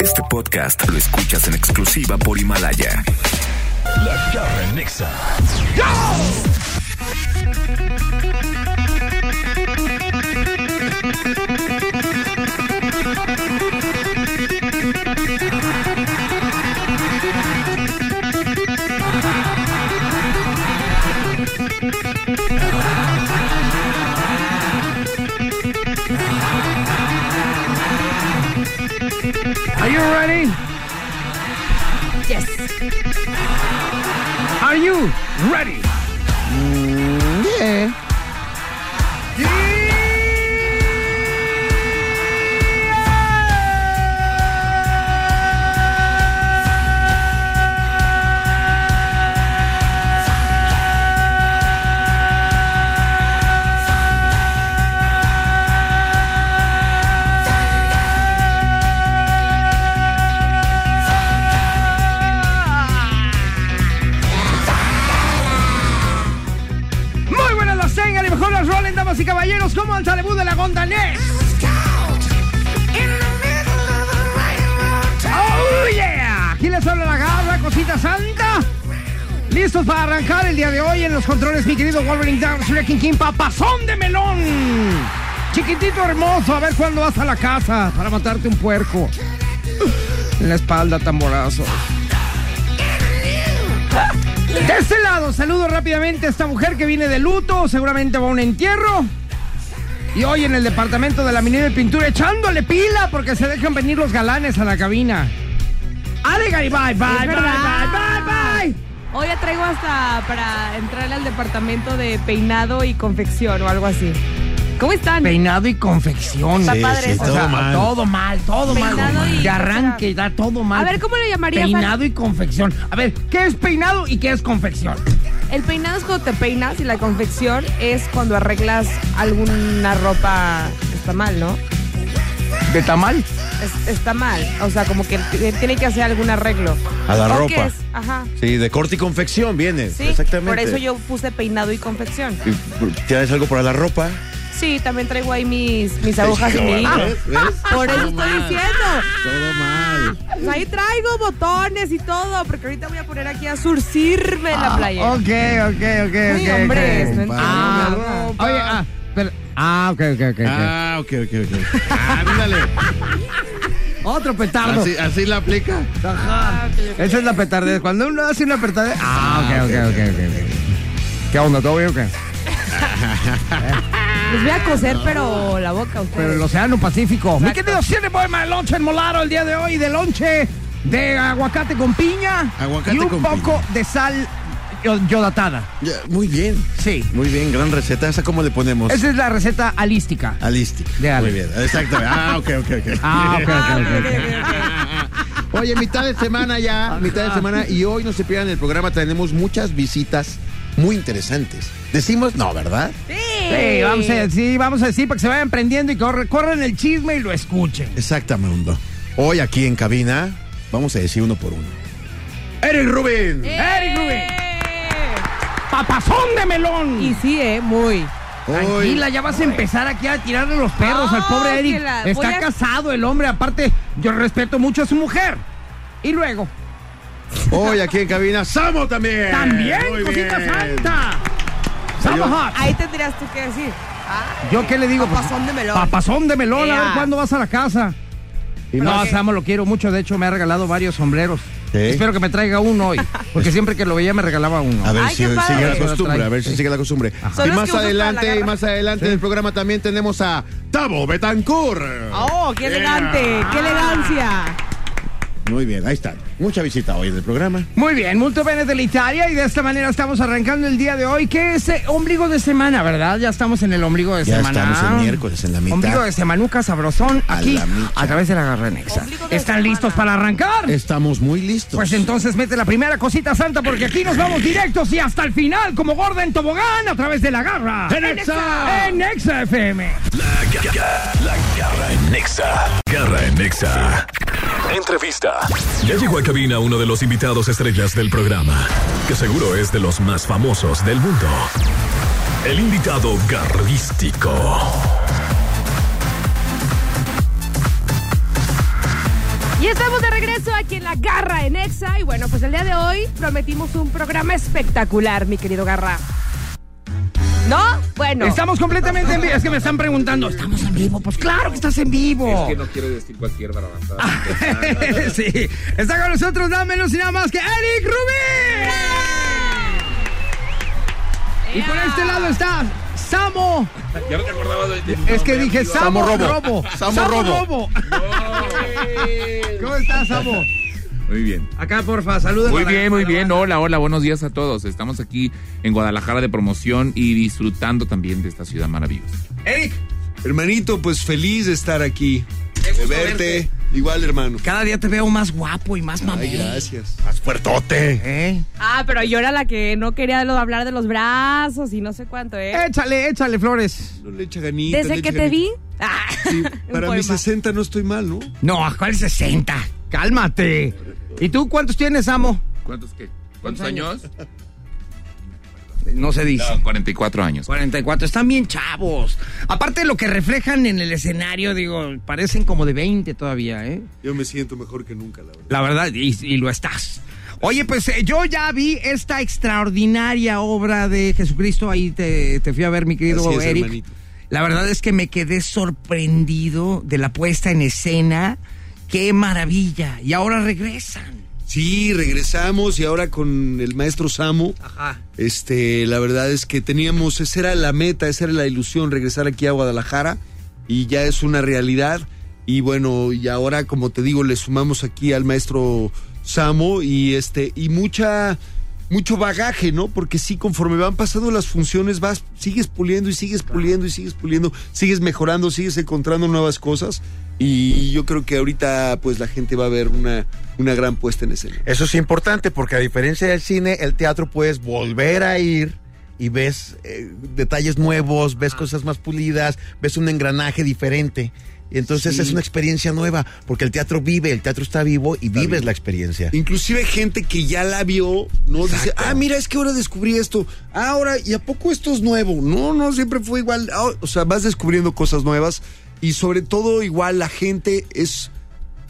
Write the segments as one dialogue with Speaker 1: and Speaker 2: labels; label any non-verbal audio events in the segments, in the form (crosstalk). Speaker 1: Este podcast lo escuchas en exclusiva por Himalaya.
Speaker 2: La garra en Nexa.
Speaker 3: Are you ready?
Speaker 4: Yes.
Speaker 3: Are you ready? Muy buenas las tengan y mejor las rolen, damas y caballeros, como al debut de la Gondanés. ¡Oh, yeah! Aquí les habla la garra, cosita santa. Listos para arrancar el día de hoy en los controles, mi querido Wolverine Downs, Wrecking King, papazón de melón. Chiquitito hermoso, a ver cuándo vas a la casa para matarte un puerco. En la espalda, tamborazo. De este lado, saludo rápidamente a esta mujer que viene de luto, seguramente va a un entierro. Y hoy en el departamento de la minera de pintura echándole pila porque se dejan venir los galanes a la cabina. Ale Garibay, bye,
Speaker 4: Es
Speaker 3: bye, bye,
Speaker 4: verdad.
Speaker 3: bye, bye.
Speaker 4: Hoy la traigo hasta para entrar al departamento de peinado y confección o algo así. ¿Cómo están?
Speaker 3: Peinado y confección.
Speaker 4: Está Sí, padre sí, eso.
Speaker 3: O sea,
Speaker 5: todo mal.
Speaker 3: todo mal, todo
Speaker 4: Peinado
Speaker 3: mal.
Speaker 4: y-
Speaker 3: De arranque, da todo mal.
Speaker 4: A ver, ¿cómo le llamarías al-
Speaker 3: Peinado y confección. A ver, ¿qué es peinado y qué es confección?
Speaker 4: El peinado es cuando te peinas y la confección es cuando arreglas alguna ropa. Está mal, ¿no?
Speaker 3: ¿De tamal?
Speaker 4: Es- está mal. O sea, como que t- tiene que hacer algún arreglo.
Speaker 5: A la
Speaker 4: ¿O
Speaker 5: ropa.
Speaker 4: qué es? Ajá.
Speaker 5: Sí, de corte y confección viene.
Speaker 4: Sí,
Speaker 5: Exactamente.
Speaker 4: por eso yo puse peinado y confección.
Speaker 5: Y, por- ¿Tienes algo para la ropa?
Speaker 4: Sí, también traigo ahí mis, mis agujas y mi
Speaker 6: ¿Eh?
Speaker 4: hilo.
Speaker 5: ¿Ves? ¿Ves?
Speaker 4: Por eso estoy diciendo.
Speaker 5: Todo mal.
Speaker 4: Pues ahí traigo botones y todo, porque ahorita voy a poner aquí a surcirme en la playa.
Speaker 3: Ah, Ok, ok, ok, ok.
Speaker 4: Sí, hombre,
Speaker 3: ok.
Speaker 4: no entiendo
Speaker 3: Ah,
Speaker 4: nada.
Speaker 3: oye, ah, pero- ah, ok, ok, ok. ok.
Speaker 6: Ah, ok, ok, ok. Ándale.
Speaker 5: (laughs)
Speaker 3: Otro petardo.
Speaker 6: Así, así la aplica.
Speaker 3: Esa es la petardez. Cuando uno hace una petardez. Ah, ok, ok, ok, ok. ¿Qué onda? ¿Todo bien o qué?
Speaker 4: Les Pues voy a coser, pero la boca a
Speaker 3: Ah. Pero
Speaker 4: ustedes.
Speaker 3: el Océano Pacífico. Mi querido Cine Poema de Lonche en Molaro el día de hoy, de lonche de aguacate con piña.
Speaker 6: Aguacate
Speaker 3: y un
Speaker 6: con
Speaker 3: poco de sal yo- yodatada.
Speaker 6: Ya, Muy bien.
Speaker 3: Sí.
Speaker 6: Muy bien, gran receta. ¿Esa cómo le ponemos?
Speaker 3: Esa es la receta alística.
Speaker 6: Alística.
Speaker 3: De Ale.
Speaker 6: Muy bien. Exacto. Ah, ok, ok, ok.
Speaker 3: Ah, ok, ok, ok, ok.
Speaker 6: Oye, mitad de semana ya, mitad de semana y hoy no se pierdan el programa, tenemos muchas visitas muy interesantes. Decimos no, ¿verdad?
Speaker 3: Sí, vamos a decir, vamos a decir para que se vayan prendiendo y corre- corran el chisme y lo escuchen.
Speaker 6: Exactamente. Hoy aquí en cabina vamos a decir uno por uno. Eric Rubin.
Speaker 4: Eh.
Speaker 3: Eric Rubin. Papazón de melón.
Speaker 4: Y sí, eh, muy.
Speaker 3: Tranquila, ya vas a empezar aquí a tirarle los perros
Speaker 4: No,
Speaker 3: al pobre Eric.
Speaker 4: Oh, que la- voy
Speaker 3: Está
Speaker 4: a-
Speaker 3: casado el hombre, aparte yo respeto mucho a su mujer. Y luego,
Speaker 6: Hoy aquí en cabina, Samo también.
Speaker 3: también,
Speaker 6: Muy
Speaker 3: cosita
Speaker 6: bien.
Speaker 3: santa. Summer Hot.
Speaker 4: Ahí tendrías tú que decir. Ah,
Speaker 3: ¿Yo qué le digo? Pues,
Speaker 4: Papazón de melón.
Speaker 3: Papazón de melón, a ver
Speaker 4: Ea.
Speaker 3: cuándo vas a la casa.
Speaker 6: Y
Speaker 3: no,
Speaker 6: más-
Speaker 3: Samo, lo quiero mucho. De hecho, me ha regalado varios sombreros.
Speaker 6: Sí.
Speaker 3: Espero que me traiga uno hoy. Porque siempre que lo veía me regalaba uno.
Speaker 6: A ver
Speaker 4: Ay,
Speaker 6: si
Speaker 4: qué
Speaker 6: sigue
Speaker 4: padre.
Speaker 6: la costumbre, a ver si
Speaker 3: Sí.
Speaker 6: sigue la costumbre.
Speaker 4: Son
Speaker 6: Y
Speaker 4: los que
Speaker 6: más
Speaker 4: usan para la
Speaker 6: adelante, y
Speaker 4: garra.
Speaker 6: más adelante del programa también tenemos a Tavo Betancourt.
Speaker 4: Oh, qué elegante, qué elegancia.
Speaker 6: Muy bien, ahí está. Mucha visita hoy en el programa.
Speaker 3: Muy bien, multo bene de la Italia y de esta manera estamos arrancando el día de hoy, que es eh, ombligo de semana, ¿verdad? Ya estamos en el ombligo de
Speaker 6: Ya
Speaker 3: semana.
Speaker 6: estamos en miércoles, en la mitad.
Speaker 3: Ombligo de semanuca sabrosón,
Speaker 6: A
Speaker 3: aquí,
Speaker 6: la micha.
Speaker 3: a través de la garra nexa.
Speaker 4: Ombligo de
Speaker 3: ¿Están
Speaker 4: semana.
Speaker 3: listos para arrancar?
Speaker 6: Estamos muy listos.
Speaker 3: Pues entonces mete la primera cosita santa porque aquí nos vamos directos y hasta el final como gorda en tobogán a través de la garra.
Speaker 6: ¡En Exa!
Speaker 3: En Exa FM.
Speaker 1: La, ga- ga- la garra en Nexa. Garra en Nexa. Entrevista. Ya llegó a cabina uno de los invitados estrellas del programa, que seguro es de los más famosos del mundo. El invitado garrístico.
Speaker 4: Y Y estamos de regreso aquí en La Garra en Exa. Y bueno, pues el día de hoy prometimos un programa espectacular, mi querido Garra. ¿No? Bueno.
Speaker 3: Estamos completamente en vivo. Es que me están preguntando, ¿estamos en vivo? Pues claro que estás en vivo.
Speaker 7: Es que no quiero decir cualquier barabasada.
Speaker 3: (laughs) sí. Está con nosotros nada menos y nada más que Eric Rubí. Y por este lado está Samo.
Speaker 7: Ya no te acordabas de de-
Speaker 3: Es que dije Samo,
Speaker 8: Samo Robo.
Speaker 3: Robo.
Speaker 8: Samo Robo.
Speaker 3: (laughs) ¿Cómo estás, Samo?
Speaker 7: Muy bien.
Speaker 3: Acá, porfa, saludos.
Speaker 7: Muy bien, muy bien. Hola, hola, buenos días a todos. Estamos aquí en Guadalajara de promoción y disfrutando también de esta ciudad maravillosa.
Speaker 3: Eric,
Speaker 9: Hermanito, pues feliz de estar aquí. De verte. Igual, hermano.
Speaker 3: cada día te veo más guapo y más mamón.
Speaker 9: Ay, gracias.
Speaker 8: Más fuertote.
Speaker 3: ¿Eh?
Speaker 4: Ah, pero yo era la que no quería lo- hablar de los brazos y no sé cuánto, ¿eh?
Speaker 3: Échale, échale, Flores.
Speaker 9: No le echa ganita. le
Speaker 4: Desde
Speaker 9: echa
Speaker 4: que te
Speaker 9: ganita.
Speaker 4: vi. Ah,
Speaker 9: Sí,
Speaker 4: (laughs)
Speaker 10: (laughs)
Speaker 4: un
Speaker 9: para mis
Speaker 4: poema.
Speaker 9: 60 no estoy mal, ¿no?
Speaker 3: No, ¿cuál 60? Cálmate. ¿Y tú cuántos tienes, Samo?
Speaker 7: ¿Cuántos qué? ¿Cuántos años?
Speaker 3: No se dice.
Speaker 7: No, 44 años.
Speaker 3: 44, están bien chavos. Aparte de lo que reflejan en el escenario, digo, parecen como de 20 todavía, ¿eh?
Speaker 9: Yo me siento mejor que nunca, la verdad.
Speaker 3: La verdad, y, y lo estás. Oye, pues eh, yo ya vi esta extraordinaria obra de Jesucristo. Ahí te, te fui a ver, mi querido
Speaker 9: Así es,
Speaker 3: Eric.
Speaker 9: hermanito.
Speaker 3: La verdad es que me quedé sorprendido de la puesta en escena. ¡Qué maravilla! Y ahora regresan.
Speaker 9: Sí, regresamos y ahora con el maestro Samo.
Speaker 3: Ajá.
Speaker 9: Este, la verdad es que teníamos, esa era la meta, esa era la ilusión, regresar aquí a Guadalajara y ya es una realidad. Y bueno, y ahora, como te digo, le sumamos aquí al maestro Samo y este, y mucha, mucho bagaje, ¿no? Porque sí, conforme van pasando las funciones, vas, sigues puliendo y sigues puliendo y sigues puliendo, sigues mejorando, sigues encontrando nuevas cosas. Y yo creo que ahorita, pues la gente va a ver una, una gran puesta en escena.
Speaker 8: Eso es importante porque a diferencia del cine, el teatro puedes volver a ir y ves eh, detalles nuevos,
Speaker 9: Ah.
Speaker 8: ves cosas más pulidas, ves un engranaje diferente. Y entonces
Speaker 9: Sí.
Speaker 8: es una experiencia nueva porque el teatro vive, el teatro está vivo y vives la experiencia.
Speaker 9: Inclusive gente que ya la vio, no dice, ah, mira, es que ahora descubrí esto. Ah, ahora, ¿y a poco esto es nuevo? No, no, siempre fue igual. Ah, o sea, vas descubriendo cosas nuevas y sobre todo igual la gente es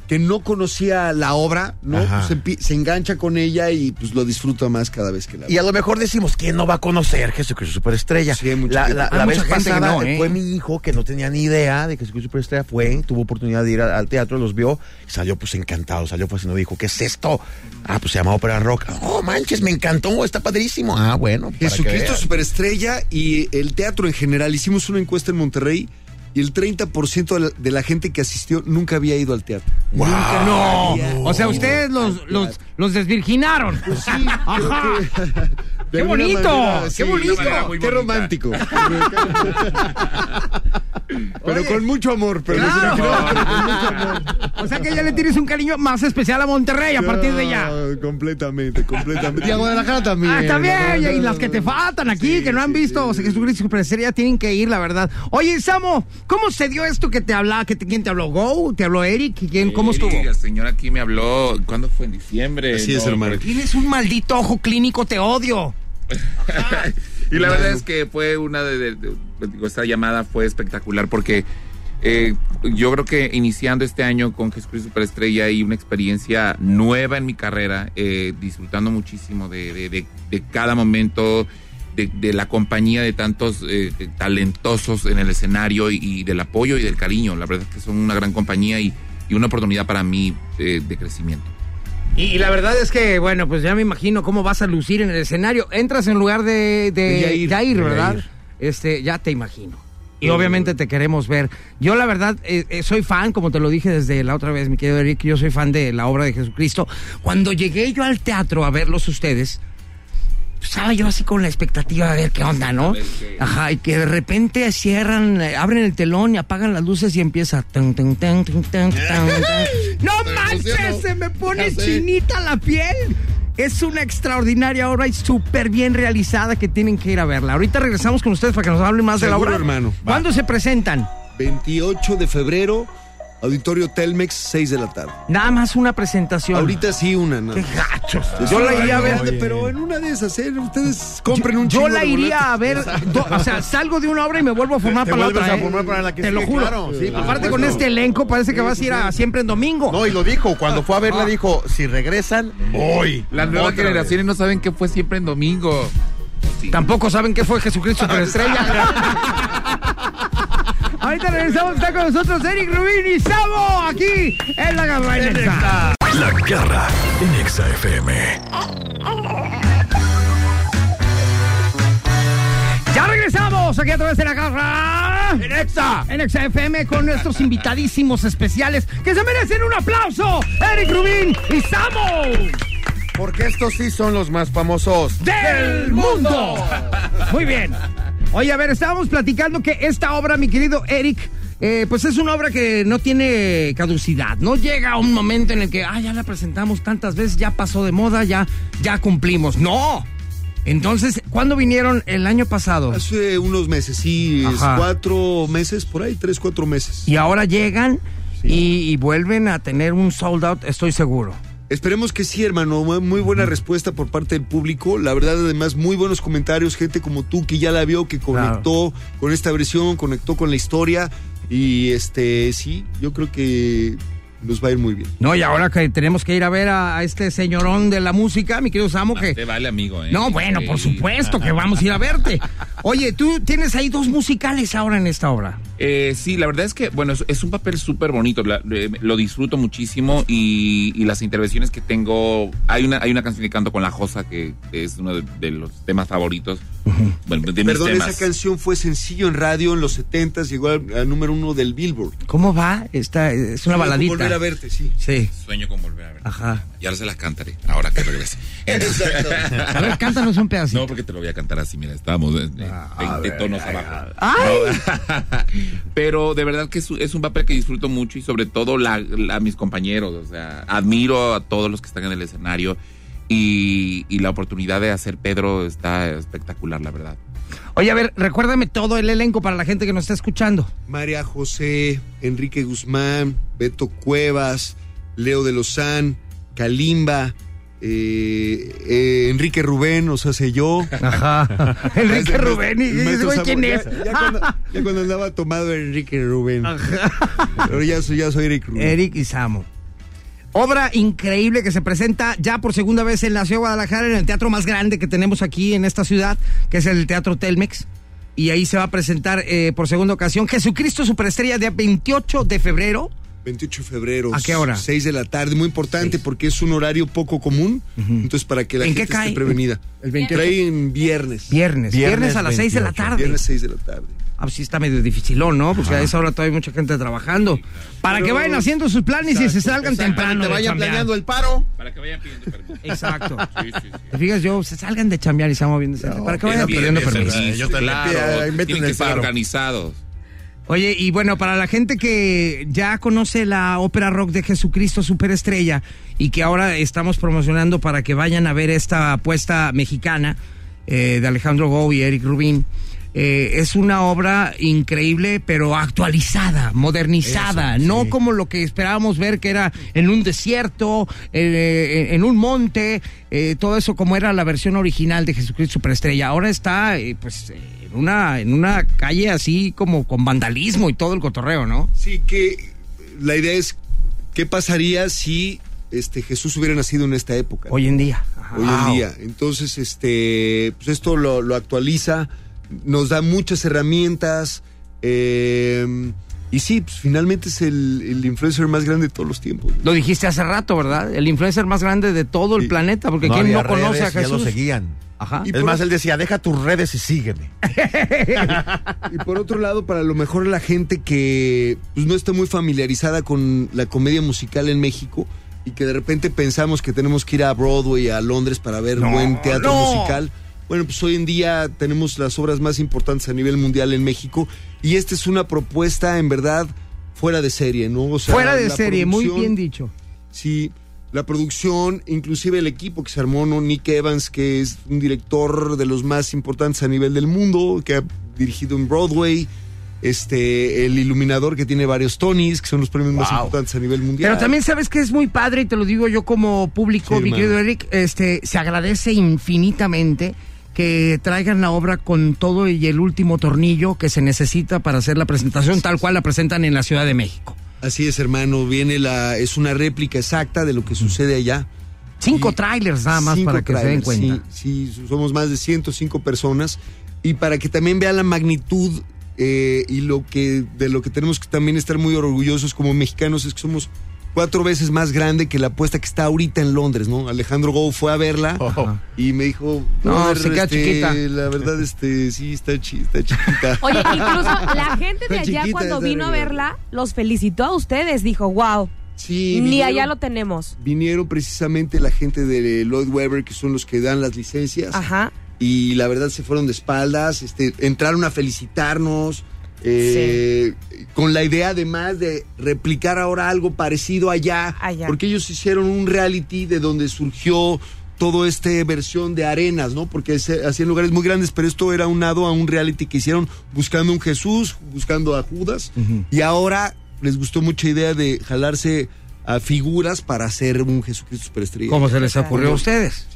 Speaker 9: que no conocía la obra, ¿no?
Speaker 8: Ajá.
Speaker 9: Se, empie- se engancha con ella y pues lo disfruta más cada vez que la
Speaker 8: Y
Speaker 9: ve.
Speaker 8: a lo mejor decimos, ¿quién no va a conocer Jesucristo Superestrella?
Speaker 9: Sí, hay mucha
Speaker 8: la
Speaker 9: gente.
Speaker 8: la-
Speaker 3: Hay
Speaker 8: la
Speaker 3: mucha
Speaker 8: vez
Speaker 3: gente que
Speaker 8: pasada
Speaker 3: no, ¿eh?
Speaker 8: fue mi hijo que no tenía ni idea de que Jesucristo Superestrella fue, tuvo oportunidad de ir a- al teatro, los vio, y salió pues encantado, salió fascinado, dijo, ¿qué es esto? Ah, pues se llama ópera rock. Oh, manches, me encantó, está padrísimo. Ah, bueno. para que
Speaker 9: Jesucristo
Speaker 8: veas.
Speaker 9: Superestrella y el teatro en general. Hicimos una encuesta en Monterrey y el 30% de la, de la gente que asistió nunca había ido al teatro.
Speaker 3: Nunca, no. O sea, ustedes los, los, los desvirginaron.
Speaker 9: Pues
Speaker 3: Ajá. ¡Qué bonito! ¡Qué bonito!
Speaker 9: ¡Qué (laughs) romántico! pero con mucho amor. Pero
Speaker 3: Claro.
Speaker 9: Claro.
Speaker 3: O sea que ya le tienes un cariño más especial a Monterrey a partir de ya.
Speaker 9: Ah, Completamente, completamente. Y a Guadalajara también.
Speaker 3: Ah, está bien, y las que te faltan aquí,
Speaker 9: Sí,
Speaker 3: que no han
Speaker 9: sí,
Speaker 3: visto
Speaker 9: sí.
Speaker 3: Jesucristo Superestrella, tienen que ir, la verdad. Oye, Samo, ¿cómo se dio esto que te hablaba? Que te- ¿Quién te habló? ¿Go? ¿Te habló Eric? ¿Quién, ¿Cómo estuvo?
Speaker 7: Sí, La señora aquí me habló, ¿cuándo fue? En diciembre.
Speaker 9: Así es,
Speaker 7: No,
Speaker 9: hermano.
Speaker 7: pero-
Speaker 3: Tienes un maldito ojo clínico, te odio.
Speaker 7: y la verdad es que fue una de, de- de- digo, esta llamada fue espectacular porque eh, yo creo que iniciando este año con Jesucristo Superestrella y una experiencia nueva en mi carrera, eh, disfrutando muchísimo de, de- de- de cada momento, de, de la compañía de tantos eh, talentosos en el escenario y, y del apoyo y del cariño. La verdad es que son una gran compañía y, y una oportunidad para mí eh, de crecimiento.
Speaker 3: Y, y la verdad es que, bueno, pues ya me imagino cómo vas a lucir en el escenario. Entras en lugar de, de,
Speaker 9: De Yair.
Speaker 3: Yair,
Speaker 9: De
Speaker 3: ¿verdad?
Speaker 9: Yair.
Speaker 3: Este, ya te imagino. Y obviamente te queremos ver. Yo, la verdad, eh, eh, soy fan, como te lo dije desde la otra vez, mi querido Eric, yo soy fan de la obra de Jesucristo. Cuando llegué yo al teatro a verlos ustedes, estaba yo así con la expectativa de ver qué onda, ¿no? Ajá, y que de repente cierran, eh, abren el telón y apagan las luces y empieza. tan, tan, tan, tan, tan, (laughs) tan, tan. ¡No manches! Se me pone chinita la piel. Es una extraordinaria obra y súper bien realizada que tienen que ir a verla. Ahorita regresamos con ustedes para que nos hablen más de la
Speaker 9: Seguro,
Speaker 3: obra.
Speaker 9: hermano.
Speaker 3: ¿Cuándo se presentan?
Speaker 9: 28 de febrero. Auditorio Telmex, 6 de la tarde.
Speaker 3: Nada más una presentación.
Speaker 9: Ahorita sí una. ¿no?
Speaker 3: Qué gachos.
Speaker 9: Yo la iría a ver,
Speaker 3: Oye.
Speaker 9: pero en una de esas, ¿eh? Ustedes compren un
Speaker 3: Yo
Speaker 9: chingo
Speaker 3: la
Speaker 9: de
Speaker 3: iría a ver, do- o sea, salgo de una obra y me vuelvo a formar
Speaker 8: Te
Speaker 3: para la
Speaker 8: vuelves
Speaker 3: otra.
Speaker 8: a
Speaker 3: ¿eh?
Speaker 8: formar para la que
Speaker 3: Te lo
Speaker 8: sigue,
Speaker 3: juro.
Speaker 8: claro, sí, por
Speaker 3: Aparte con
Speaker 8: supuesto.
Speaker 3: este elenco parece que vas a ir a siempre en domingo.
Speaker 8: No, y lo dijo, cuando fue a verla dijo, si regresan, voy.
Speaker 7: Las nuevas
Speaker 8: Otra
Speaker 7: generaciones no saben que fue siempre en domingo. Sí.
Speaker 3: Tampoco saben qué fue Jesucristo
Speaker 8: (laughs)
Speaker 3: Superestrella. Ahorita regresamos, está con nosotros Eric Rubín y Sabo aquí en la Garra en Exa.
Speaker 2: La garra en Exa FM.
Speaker 3: Ya regresamos aquí a través de la Garra en Exa. En Exa FM con nuestros invitadísimos especiales que se merecen un aplauso. Eric Rubín y Sabo.
Speaker 8: vez. Porque estos sí son los más famosos.
Speaker 3: del mundo. Muy bien. Oye, a ver, estábamos platicando que esta obra, mi querido Eric, eh, pues es una obra que no tiene caducidad. No llega a un momento en el que, ah, ya la presentamos tantas veces, ya pasó de moda, ya, ya cumplimos. No. Entonces, ¿cuándo vinieron el año pasado?
Speaker 9: Hace Eh, unos meses, sí, es
Speaker 3: Ajá.
Speaker 9: cuatro meses, por ahí, tres, cuatro meses.
Speaker 3: Y ahora llegan y, y vuelven a tener un sold out, estoy seguro.
Speaker 9: Esperemos que sí, hermano. Mu- Muy buena respuesta por parte del público. La verdad, además, muy buenos comentarios. Gente como tú que ya la vio, que conectó con esta versión, conectó con la historia. Y este, sí, yo creo que nos va a ir muy bien.
Speaker 3: No, y ahora que tenemos que ir a ver a, a este señorón de la música, mi querido Samo, que
Speaker 7: Te vale, amigo, ¿eh?
Speaker 3: No, bueno, por
Speaker 7: Sí.
Speaker 3: supuesto que vamos a ir a verte. Oye, tú tienes ahí dos musicales ahora en esta obra.
Speaker 7: Eh, sí, la verdad es que, bueno, es, es un papel súper bonito, la- eh, lo disfruto muchísimo y, y las intervenciones que tengo, hay una, hay una canción que canto con la Josa que es uno de, de los temas favoritos. Bueno, de mis
Speaker 9: Perdón,
Speaker 7: temas.
Speaker 9: esa canción fue sencillo en radio en los 70s, llegó al, al número uno del Billboard.
Speaker 3: ¿Cómo va? Esta es una
Speaker 9: Quiero
Speaker 3: baladita.
Speaker 9: Volver a verte, sí.
Speaker 3: Sí.
Speaker 7: Sueño con volver a ver. Ah.
Speaker 3: Ajá.
Speaker 7: Y ahora se las cantaré, ahora que
Speaker 9: (laughs)
Speaker 7: regrese.
Speaker 3: A ver, cántanos un pedacito.
Speaker 7: No, porque te lo voy a cantar así, mira, estábamos eh, 20 tonos abajo.
Speaker 3: Ay.
Speaker 7: (laughs) Pero de verdad que es, un- es un papel que disfruto mucho y sobre todo la, la- a mis compañeros, o sea, admiro a todos los que están en el escenario y, y la oportunidad de hacer Pedro está espectacular, la verdad.
Speaker 3: Oye, a ver, recuérdame todo el elenco para la gente que nos está escuchando.
Speaker 9: María José, Enrique Guzmán, Beto Cuevas, Leo de Lozán, Kalimba, eh, eh, Enrique Rubén, o sea, sé
Speaker 3: (laughs)
Speaker 9: yo.
Speaker 3: Ajá. Enrique
Speaker 9: Ese maestro-
Speaker 3: Rubén. ¿Y
Speaker 9: el
Speaker 3: y-
Speaker 9: maestro
Speaker 3: güey,
Speaker 9: Sabo,
Speaker 3: quién
Speaker 9: ya-
Speaker 3: es?
Speaker 9: Ya, cuando, ya cuando andaba tomado era Enrique Rubén. Pero ya soy, ya soy Eric Rubén.
Speaker 3: Eric y Samo. Obra increíble que se presenta ya por segunda vez en la ciudad de Guadalajara, en el teatro más grande que tenemos aquí en esta ciudad, que es el Teatro Telmex. Y ahí se va a presentar eh, por segunda ocasión Jesucristo Superestrella, día 28 de febrero.
Speaker 9: 28 de febrero.
Speaker 3: ¿A qué hora?
Speaker 9: 6 de la tarde. Muy importante porque es un horario poco común. Entonces, para que la
Speaker 3: ¿En qué
Speaker 9: gente
Speaker 3: cae?
Speaker 9: esté prevenida.
Speaker 3: El 28.
Speaker 9: Trae en viernes.
Speaker 3: Viernes. Viernes, a las 6 de la
Speaker 8: 28.
Speaker 3: tarde.
Speaker 9: Viernes 6 de la tarde.
Speaker 3: Ah, pues sí está medio dificilón, ¿no? Porque a esa hora todavía hay mucha gente trabajando. Para que
Speaker 9: Pero-
Speaker 3: vayan haciendo sus planes y se
Speaker 9: Exacto,
Speaker 3: salgan temprano.
Speaker 8: Te
Speaker 3: de
Speaker 8: vayan
Speaker 3: chambear.
Speaker 8: planeando el paro.
Speaker 7: Para que vayan pidiendo permiso.
Speaker 3: Eh, Exacto.
Speaker 7: Sí, sí, sí.
Speaker 3: Te fijas, yo, se salgan de chambear y se van viendo. para que vayan
Speaker 7: Bien,
Speaker 3: pidiendo
Speaker 7: bien,
Speaker 3: permiso.
Speaker 7: bien,
Speaker 8: Yo te la pido,
Speaker 7: claro,
Speaker 8: inventen
Speaker 7: tienen que
Speaker 8: el
Speaker 7: estar
Speaker 8: paro.
Speaker 7: organizados.
Speaker 3: Oye, y bueno, para la gente que ya conoce la ópera rock de Jesucristo Superestrella y que ahora estamos promocionando para que vayan a ver esta apuesta mexicana eh, de Alejandro Gou y Eric Rubin, eh, es una obra increíble, pero actualizada, modernizada, no como lo que esperábamos ver que era en un desierto, eh, en un monte, eh, todo eso como era la versión original de Jesucristo Superestrella. Ahora está, eh, pues... eh, en una, en una calle así como con vandalismo y todo el cotorreo, ¿no?
Speaker 9: Sí, que la idea es: ¿qué pasaría si este Jesús hubiera nacido en esta época?
Speaker 3: Hoy en día. Ajá.
Speaker 9: hoy en día. Entonces, este, pues esto lo, lo actualiza, nos da muchas herramientas. eh, y sí, pues finalmente es el, el influencer más grande de todos los tiempos.
Speaker 3: Lo dijiste hace rato, ¿verdad? El influencer más grande de todo el
Speaker 9: Sí.
Speaker 3: planeta, porque ¿quién
Speaker 8: había
Speaker 3: no conoce a
Speaker 8: redes, Ya lo
Speaker 3: Jesús?
Speaker 8: seguían.
Speaker 3: Ajá.
Speaker 9: Y pues,
Speaker 8: es
Speaker 9: por-
Speaker 8: más, él decía, deja tus redes y sígueme.
Speaker 9: Y por otro lado, para lo mejor la gente que pues, no está muy familiarizada con la comedia musical en México y que de repente pensamos que tenemos que ir a Broadway, a Londres para ver buen teatro
Speaker 3: no.
Speaker 9: musical. Bueno, pues hoy en día tenemos las obras más importantes a nivel mundial en México y esta es una propuesta en verdad fuera de serie, ¿no? O sea,
Speaker 3: Fuera de
Speaker 9: la
Speaker 3: serie, muy
Speaker 9: producción-
Speaker 3: bien dicho.
Speaker 9: Sí, la producción, inclusive el equipo que se armó, ¿no? Nick Evans, que es un director de los más importantes a nivel del mundo, que ha dirigido en Broadway. este, el iluminador que tiene varios Tonys, que son los premios más importantes a nivel mundial.
Speaker 3: Pero también sabes que es muy padre, y te lo digo yo como público,
Speaker 9: Sí,
Speaker 3: mi
Speaker 9: hermano.
Speaker 3: querido Eric, este, se agradece infinitamente que traigan la obra con todo y el último tornillo que se necesita para hacer la presentación tal cual la presentan en la Ciudad de México.
Speaker 9: Así es, hermano, viene la, es una réplica exacta de lo que sucede allá.
Speaker 3: Cinco
Speaker 9: Y-
Speaker 3: trailers nada más
Speaker 9: Cinco
Speaker 3: para que se den
Speaker 9: trailers,
Speaker 3: cuenta.
Speaker 9: Sí, sí, somos más de 105 personas. Y para que también vean la magnitud eh, y lo que de lo que tenemos que también estar muy orgullosos como mexicanos es que somos cuatro veces más grande que la apuesta que está ahorita en Londres, ¿no? Alejandro Gou fue a verla y me dijo,
Speaker 3: No,
Speaker 9: "Brother,
Speaker 3: se queda
Speaker 9: este,
Speaker 3: chiquita".
Speaker 9: La verdad, este, sí, está, chi- está chiquita.
Speaker 4: (laughs) Oye, incluso la gente de
Speaker 9: Está
Speaker 4: allá
Speaker 9: chiquita,
Speaker 4: cuando
Speaker 9: está
Speaker 4: vino a
Speaker 9: arriba.
Speaker 4: verla, los felicitó a ustedes. Dijo, wow,
Speaker 9: Sí,
Speaker 4: ni
Speaker 9: vinieron-
Speaker 4: allá lo tenemos.
Speaker 9: Vinieron precisamente la gente de Lloyd Webber, que son los que dan las licencias.
Speaker 4: Ajá.
Speaker 9: y la verdad se fueron de espaldas, este, entraron a felicitarnos, eh, con la idea además de replicar ahora algo parecido allá,
Speaker 4: Allá.
Speaker 9: porque ellos hicieron un reality de donde surgió todo este versión de arenas, ¿no? Porque se hacían lugares muy grandes, pero esto era unado a un reality que hicieron buscando un Jesús, buscando a Judas, y ahora les gustó mucha idea de jalarse a figuras para hacer un Jesucristo superestrella.
Speaker 3: Como se les ocurrió a ustedes.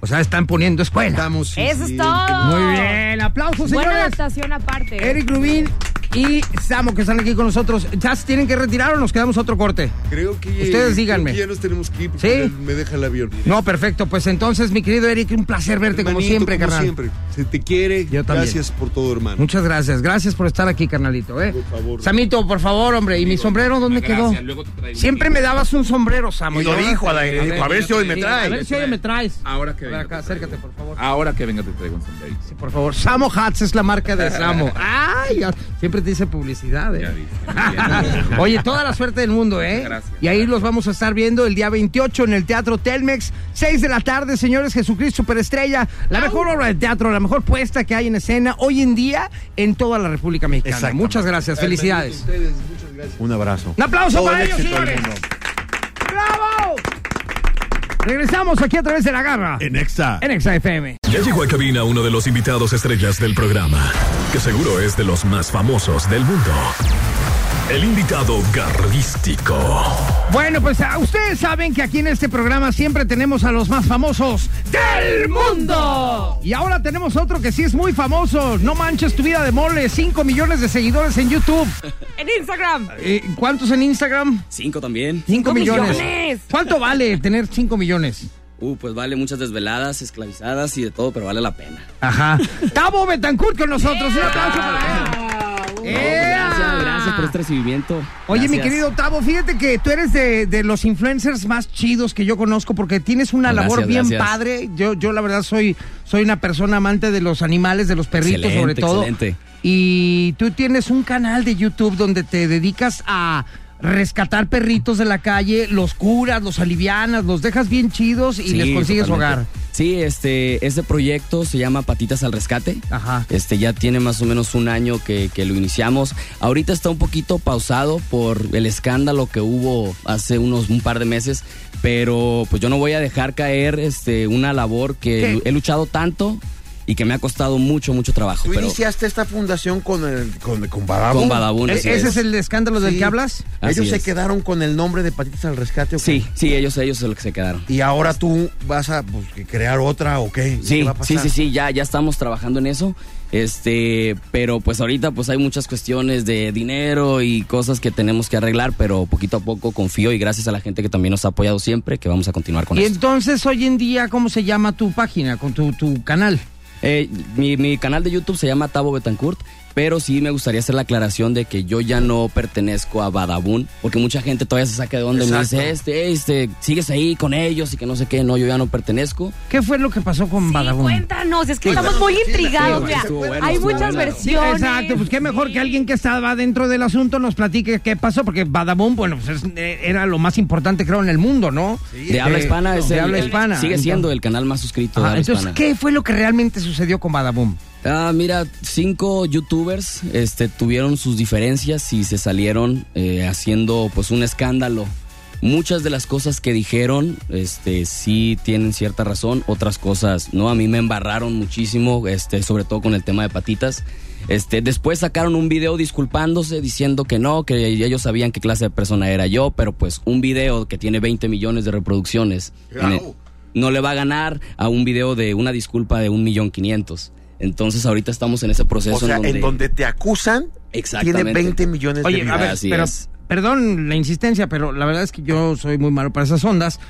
Speaker 3: O sea, están poniendo escuela.
Speaker 9: Estamos, sí,
Speaker 4: Eso
Speaker 9: sí,
Speaker 4: es todo.
Speaker 3: Muy bien, aplausos,
Speaker 4: Buena
Speaker 3: señores.
Speaker 4: adaptación aparte. ¿eh?
Speaker 3: Eric Rubín y Samo que están aquí con nosotros. ¿Ya se tienen que retirar o nos quedamos otro corte?
Speaker 9: Creo que
Speaker 3: Ustedes
Speaker 9: creo
Speaker 3: díganme.
Speaker 9: que ya nos tenemos que ir
Speaker 3: ¿Sí?
Speaker 9: porque me deja el avión.
Speaker 3: No, perfecto. Pues entonces, mi querido Eric, un placer verte como
Speaker 9: Hermanito,
Speaker 3: siempre,
Speaker 9: como
Speaker 3: carnal.
Speaker 9: siempre. Se te quiere.
Speaker 3: Yo también.
Speaker 9: Gracias por todo, hermano.
Speaker 3: Muchas gracias. Gracias por estar aquí, carnalito, ¿eh?
Speaker 9: Por favor.
Speaker 3: Samito, por favor, hombre. ¿Y mi sombrero dónde quedó?
Speaker 7: Gracias, luego te traigo
Speaker 3: Siempre
Speaker 7: un-
Speaker 3: me dabas un sombrero, Samo.
Speaker 8: Y lo
Speaker 3: ahora-
Speaker 8: dijo al aire, dijo, a ver si hoy me
Speaker 3: Sí,
Speaker 8: trae.
Speaker 3: A ver si hoy me traes.
Speaker 7: Ahora que
Speaker 3: A ver,
Speaker 7: venga.
Speaker 3: acá,
Speaker 7: te traigo.
Speaker 3: acércate, por favor.
Speaker 7: Ahora que venga te traigo un sombrerito.
Speaker 3: Sí, por favor. Samo Hats es la marca
Speaker 7: (laughs)
Speaker 3: de Samo. ¡Ay! ya- Siempre te dice publicidad, ¿eh?
Speaker 7: Ya
Speaker 3: (laughs)
Speaker 7: viste, ya viste.
Speaker 3: Oye, toda la suerte del mundo, ¿eh?
Speaker 7: Gracias.
Speaker 3: Y ahí los vamos a estar viendo el día 28 en el Teatro Telmex, 6 de la tarde, señores, Jesucristo Superestrella, la mejor obra de teatro, la mejor puesta que hay en escena hoy en día en toda la República Mexicana.
Speaker 8: Exactamente.
Speaker 3: Muchas gracias, felicidades.
Speaker 8: Un abrazo.
Speaker 3: Un aplauso
Speaker 8: Todo
Speaker 3: para
Speaker 8: el
Speaker 3: ellos,
Speaker 8: éxito del
Speaker 3: señores.
Speaker 8: mundo.
Speaker 3: ¡Bravo! Regresamos aquí a través de la garra
Speaker 2: En Exa.
Speaker 3: en Exa FM.
Speaker 2: Ya llegó a cabina uno de los invitados estrellas del programa, que seguro es de los más famosos del mundo. El invitado garrístico.
Speaker 3: Bueno, pues ah, ustedes saben que aquí en este programa siempre tenemos a los más famosos del mundo. Y ahora tenemos otro que sí es muy famoso. No manches tu vida de mole. 5 millones de seguidores en YouTube.
Speaker 4: En Instagram.
Speaker 3: Eh, ¿Cuántos en Instagram?
Speaker 5: Cinco también.
Speaker 3: 5
Speaker 4: millones.
Speaker 3: ¿Cuánto vale tener 5 millones?
Speaker 5: Uh, pues vale muchas desveladas, esclavizadas y de todo, pero vale la pena.
Speaker 3: Ajá. Tavo Betancourt con nosotros. Un aplauso para él. ¡Ea!
Speaker 5: pues, Gracias, gracias por este recibimiento.
Speaker 3: Oye, mi
Speaker 5: Gracias.
Speaker 3: querido Tavo, fíjate que tú eres de, de los influencers más chidos que yo conozco porque tienes una
Speaker 5: Gracias,
Speaker 3: labor bien
Speaker 5: gracias.
Speaker 3: padre. Yo, yo la verdad soy, soy una persona amante de los animales, de los perritos
Speaker 5: Excelente,
Speaker 3: sobre todo.
Speaker 5: excelente.
Speaker 3: Y tú tienes un canal de YouTube donde te dedicas a rescatar perritos de la calle, los curas, los alivianas, los dejas bien chidos y
Speaker 5: Sí,
Speaker 3: les consigues
Speaker 5: totalmente.
Speaker 3: hogar.
Speaker 5: Sí, este, este proyecto se llama Patitas al Rescate.
Speaker 3: Ajá.
Speaker 5: Este ya tiene más o menos un año que, que lo iniciamos. Ahorita está un poquito pausado por el escándalo que hubo hace unos un par de meses, pero pues yo no voy a dejar caer este una labor que
Speaker 3: ¿Qué?
Speaker 5: he luchado tanto y que me ha costado mucho mucho trabajo.
Speaker 8: Tú
Speaker 5: Pero
Speaker 8: iniciaste esta fundación con el con, con Badabun.
Speaker 5: con Badabun,
Speaker 3: ¿E-
Speaker 5: así
Speaker 3: ¿Ese
Speaker 5: es.
Speaker 3: es el escándalo del
Speaker 8: Sí.
Speaker 3: que hablas?
Speaker 5: Así
Speaker 8: Ellos se
Speaker 5: es.
Speaker 8: quedaron con el nombre de Patitas al Rescate. ¿o qué?
Speaker 5: Sí, sí, ellos ellos son los que se quedaron.
Speaker 8: Y ahora tú vas a pues, crear otra o qué. ¿Qué
Speaker 5: Sí,
Speaker 8: va a
Speaker 5: sí,
Speaker 8: pasar?
Speaker 5: sí, sí, ya, ya estamos trabajando en eso. Este, pero pues ahorita pues hay muchas cuestiones de dinero y cosas que tenemos que arreglar, pero poquito a poco confío y gracias a la gente que también nos ha apoyado siempre que vamos a continuar con
Speaker 3: Y
Speaker 5: esto.
Speaker 3: entonces hoy en día, ¿cómo se llama tu página, con tu, tu canal?
Speaker 5: Eh, mi, mi canal de YouTube se llama Tavo Betancourt, pero sí me gustaría hacer la aclaración de que yo ya no pertenezco a Badabun, porque mucha gente todavía se saca de onda y me dice, este, este, sigues ahí con ellos y que no sé qué, no, yo ya no pertenezco.
Speaker 3: ¿Qué fue lo que pasó con
Speaker 4: Sí,
Speaker 3: Badabun?
Speaker 4: cuéntanos, es que estamos muy intrigados.
Speaker 5: sí,
Speaker 4: mira.
Speaker 5: estuvo bueno,
Speaker 4: Hay
Speaker 5: estuvo
Speaker 4: muchas
Speaker 5: bueno.
Speaker 3: Sí,
Speaker 4: versiones.
Speaker 3: exacto, pues qué mejor que alguien que estaba dentro del asunto nos platique qué pasó, porque Badabun, bueno, pues es- eh, era lo más importante creo en el mundo, ¿no? Eh,
Speaker 5: De habla hispana es
Speaker 3: de
Speaker 5: el-
Speaker 3: habla
Speaker 5: el-
Speaker 3: hispana.
Speaker 5: Sigue siendo
Speaker 3: Entonces-
Speaker 5: el canal más suscrito de
Speaker 3: Ajá,
Speaker 5: habla
Speaker 3: entonces,
Speaker 5: hispana.
Speaker 3: ¿qué fue lo que realmente sucedió con Badabun?
Speaker 5: Ah, mira, cinco youtubers este, tuvieron sus diferencias y se salieron eh, haciendo pues un escándalo. Muchas de las cosas que dijeron este, sí tienen cierta razón, otras cosas no. A mí me embarraron muchísimo, este, sobre todo con el tema de patitas. Este, después sacaron un video disculpándose, diciendo que no, que ellos sabían qué clase de persona era yo, pero pues un video que tiene 20 millones de reproducciones tiene- no le va a ganar a un video de una disculpa de un millón quinientos. Entonces ahorita estamos en ese proceso
Speaker 8: O sea,
Speaker 5: en donde,
Speaker 8: en donde te acusan,
Speaker 5: Exactamente.
Speaker 8: tiene 20 millones de
Speaker 3: Oye, a
Speaker 8: views.
Speaker 3: ver,
Speaker 5: Así
Speaker 3: pero,
Speaker 5: es.
Speaker 3: perdón la insistencia, pero la verdad es que yo soy muy malo para esas ondas.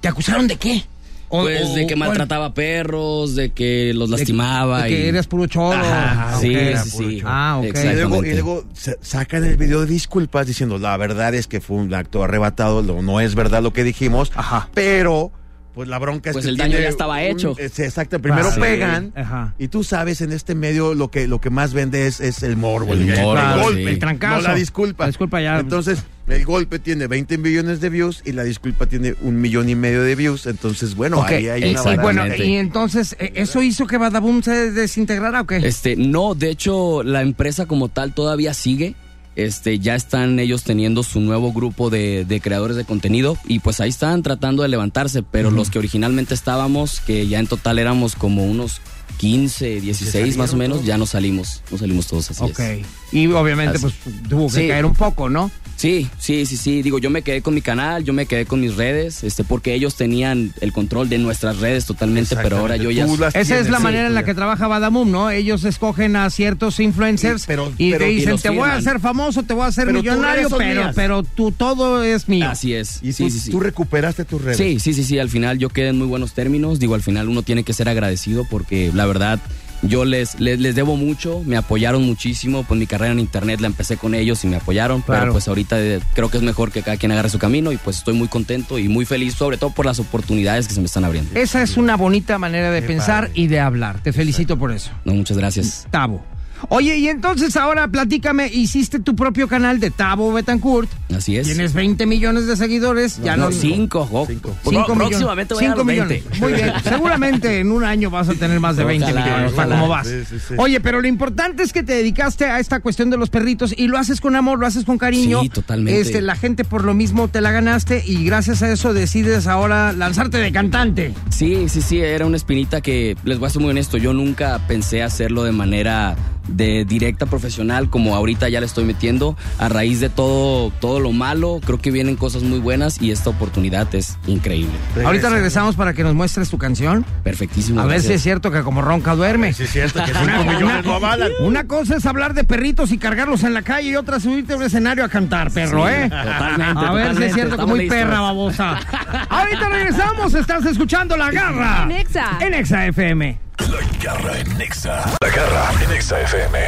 Speaker 3: ¿Te acusaron de qué? O-
Speaker 5: pues
Speaker 3: o-
Speaker 5: de que
Speaker 3: o-
Speaker 5: maltrataba perros, de que los lastimaba
Speaker 3: de que
Speaker 5: y
Speaker 3: eras puro choro.
Speaker 5: Ajá,
Speaker 3: Ah,
Speaker 5: sí,
Speaker 3: ok.
Speaker 5: sí, sí.
Speaker 3: Ah, ok.
Speaker 8: Y luego,
Speaker 5: Exactamente.
Speaker 8: y luego sa- sacan el video de disculpas diciendo la verdad es que fue un acto arrebatado, lo- no es verdad lo que dijimos,
Speaker 3: Ajá.
Speaker 8: pero pues la bronca es
Speaker 5: Pues
Speaker 8: que
Speaker 5: el daño
Speaker 8: tiene
Speaker 5: ya estaba
Speaker 8: un-
Speaker 5: hecho.
Speaker 8: es- exacto, primero
Speaker 3: Claro.
Speaker 8: pegan
Speaker 3: Ajá.
Speaker 8: y tú sabes en este medio lo que lo que más vende es, es el morbo,
Speaker 5: El morbo,
Speaker 3: Claro,
Speaker 5: golpe,
Speaker 3: el trancazo.
Speaker 8: no la disculpa.
Speaker 3: La disculpa ya.
Speaker 8: Entonces, el golpe tiene 20 millones de views y la disculpa tiene un millón y medio de views. Entonces, bueno,
Speaker 3: Ok.
Speaker 8: ahí hay una
Speaker 3: y bueno,
Speaker 8: balanza.
Speaker 5: Exactamente.
Speaker 3: y entonces, ¿e- ¿eso hizo que Badaboom se desintegrara o qué?
Speaker 5: Este, no, de hecho, la empresa como tal todavía sigue. Este, ya están ellos teniendo su nuevo grupo de, de creadores de contenido y pues ahí están tratando de levantarse, pero los que originalmente estábamos, que ya en total éramos como unos 15, 16 más o menos, ya nos salimos, nos salimos todos así.
Speaker 3: ok.
Speaker 5: es.
Speaker 3: Y obviamente,
Speaker 5: Así.
Speaker 3: pues tuvo que
Speaker 5: Sí.
Speaker 3: caer un poco, ¿no?
Speaker 5: Sí, sí, sí, sí, digo, yo me quedé con mi canal, yo me quedé con mis redes, este, porque ellos tenían el control de nuestras redes totalmente, pero ahora yo ya...
Speaker 8: Tú las
Speaker 3: Esa es
Speaker 8: tienes.
Speaker 3: la
Speaker 8: Sí,
Speaker 3: manera en la
Speaker 8: tú
Speaker 3: que trabaja Badamum, ¿no? Ellos escogen a ciertos influencers
Speaker 8: Sí, pero-
Speaker 3: y
Speaker 8: pero-
Speaker 3: te
Speaker 8: y
Speaker 3: dicen,
Speaker 5: los
Speaker 3: te voy a
Speaker 5: firman.
Speaker 3: hacer famoso, te voy a hacer
Speaker 8: Pero tus
Speaker 3: millonario,
Speaker 8: redes son
Speaker 3: pero,
Speaker 8: mías".
Speaker 3: pero tú todo es mío.
Speaker 5: Así es.
Speaker 8: Y
Speaker 5: sí,
Speaker 8: tú,
Speaker 5: sí, sí.
Speaker 8: tú recuperaste tus redes.
Speaker 5: Sí, sí, sí, sí. Al final yo quedé en muy buenos términos. Digo, al final uno tiene que ser agradecido porque la verdad yo les, les, les debo mucho. Me apoyaron muchísimo. Pues mi carrera en internet la empecé con ellos y me apoyaron.
Speaker 3: Claro.
Speaker 5: Pero pues ahorita eh, creo que es mejor que cada quien agarre su camino y pues estoy muy contento y muy feliz, sobre todo por las oportunidades que se me están abriendo.
Speaker 3: Esa es una bonita manera de pensar y de hablar. Te felicito por eso.
Speaker 5: No, muchas gracias.
Speaker 3: Tabo. Oye, y entonces ahora platícame, hiciste tu propio canal de Tabo Betancourt.
Speaker 5: Así es.
Speaker 3: Tienes 20 millones de seguidores, ya no.
Speaker 5: No, cinco, jo- pro-
Speaker 3: Cinco millones.
Speaker 5: Pues Próximamente voy a dar
Speaker 3: Cinco
Speaker 5: los 20.
Speaker 3: millones. Muy bien.
Speaker 5: (laughs)
Speaker 3: Seguramente en un año vas a tener más de 20
Speaker 5: Ojalá,
Speaker 3: millones, para
Speaker 5: ojalá.
Speaker 3: cómo vas.
Speaker 8: Sí, sí, sí.
Speaker 3: Oye, pero lo importante es que te dedicaste a esta cuestión de los perritos y lo haces con amor, lo haces con cariño.
Speaker 5: Sí, totalmente.
Speaker 3: Este, la gente por lo mismo te la ganaste y gracias a eso decides ahora lanzarte de cantante.
Speaker 5: Sí, sí, sí, era una espinita que, les voy a ser muy honesto, yo nunca pensé hacerlo de manera de directa profesional como ahorita ya le estoy metiendo. A raíz de todo, todo lo malo, creo que vienen cosas muy buenas y esta oportunidad es increíble.
Speaker 3: Ahorita regresamos para que nos muestres tu canción.
Speaker 5: Perfectísimo.
Speaker 3: A ver si
Speaker 5: gracias.
Speaker 3: es cierto que como ronca duerme.
Speaker 8: Sí, es cierto que 5 millones no avalan.
Speaker 3: Una cosa es hablar de perritos y cargarlos en la calle y otra subirte a un escenario a cantar, perro, ¿eh?
Speaker 5: totalmente,
Speaker 3: A ver si es
Speaker 5: totalmente,
Speaker 3: cierto que
Speaker 5: estamos
Speaker 3: muy
Speaker 5: listos.
Speaker 3: perra babosa. (laughs) Ahorita regresamos, estás escuchando La Garra.
Speaker 4: En Exa.
Speaker 3: En Exa FM.
Speaker 2: La garra en Nexa. La garra en Nexa FM.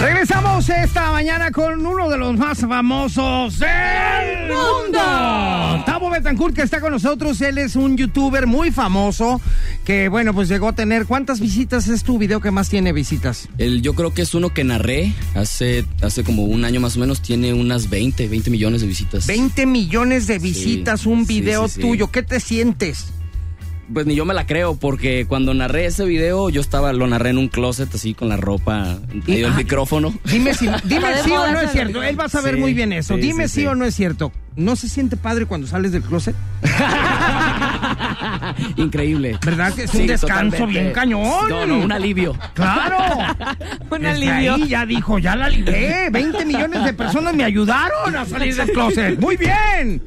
Speaker 3: Regresamos esta mañana con uno de los más famosos del mundo. Tavo Betancourt que está con nosotros, él es un youtuber muy famoso que bueno, pues llegó a tener ¿cuántas visitas es tu video que más tiene visitas?
Speaker 5: El- yo creo que es uno que narré hace, hace como un año más o menos, tiene unas 20, 20 millones de visitas.
Speaker 3: 20 millones de visitas un
Speaker 5: sí,
Speaker 3: video
Speaker 5: sí, sí.
Speaker 3: tuyo, ¿qué te sientes?
Speaker 5: Pues ni yo me la creo, porque cuando narré ese video, yo estaba, lo narré en un closet así con la ropa, medio
Speaker 3: ah,
Speaker 5: el micrófono.
Speaker 3: Dime si, dime
Speaker 4: de
Speaker 3: sí o
Speaker 4: moda
Speaker 3: no
Speaker 4: esa
Speaker 3: es cierto.
Speaker 4: versión.
Speaker 3: Él va a saber
Speaker 5: Sí,
Speaker 3: muy bien eso.
Speaker 5: sí,
Speaker 3: dime sí,
Speaker 5: sí, sí.
Speaker 3: o no es cierto. ¿No se siente padre cuando sales del closet?
Speaker 5: (laughs) Increíble.
Speaker 3: ¿Verdad que es un descanso bien cañón?
Speaker 5: No, no, un alivio. (laughs)
Speaker 3: ¡Claro!
Speaker 4: Un
Speaker 3: Desde
Speaker 4: alivio.
Speaker 3: ahí ya dijo, ya la libré. 20 millones de personas me ayudaron a salir del closet. ¡Muy bien!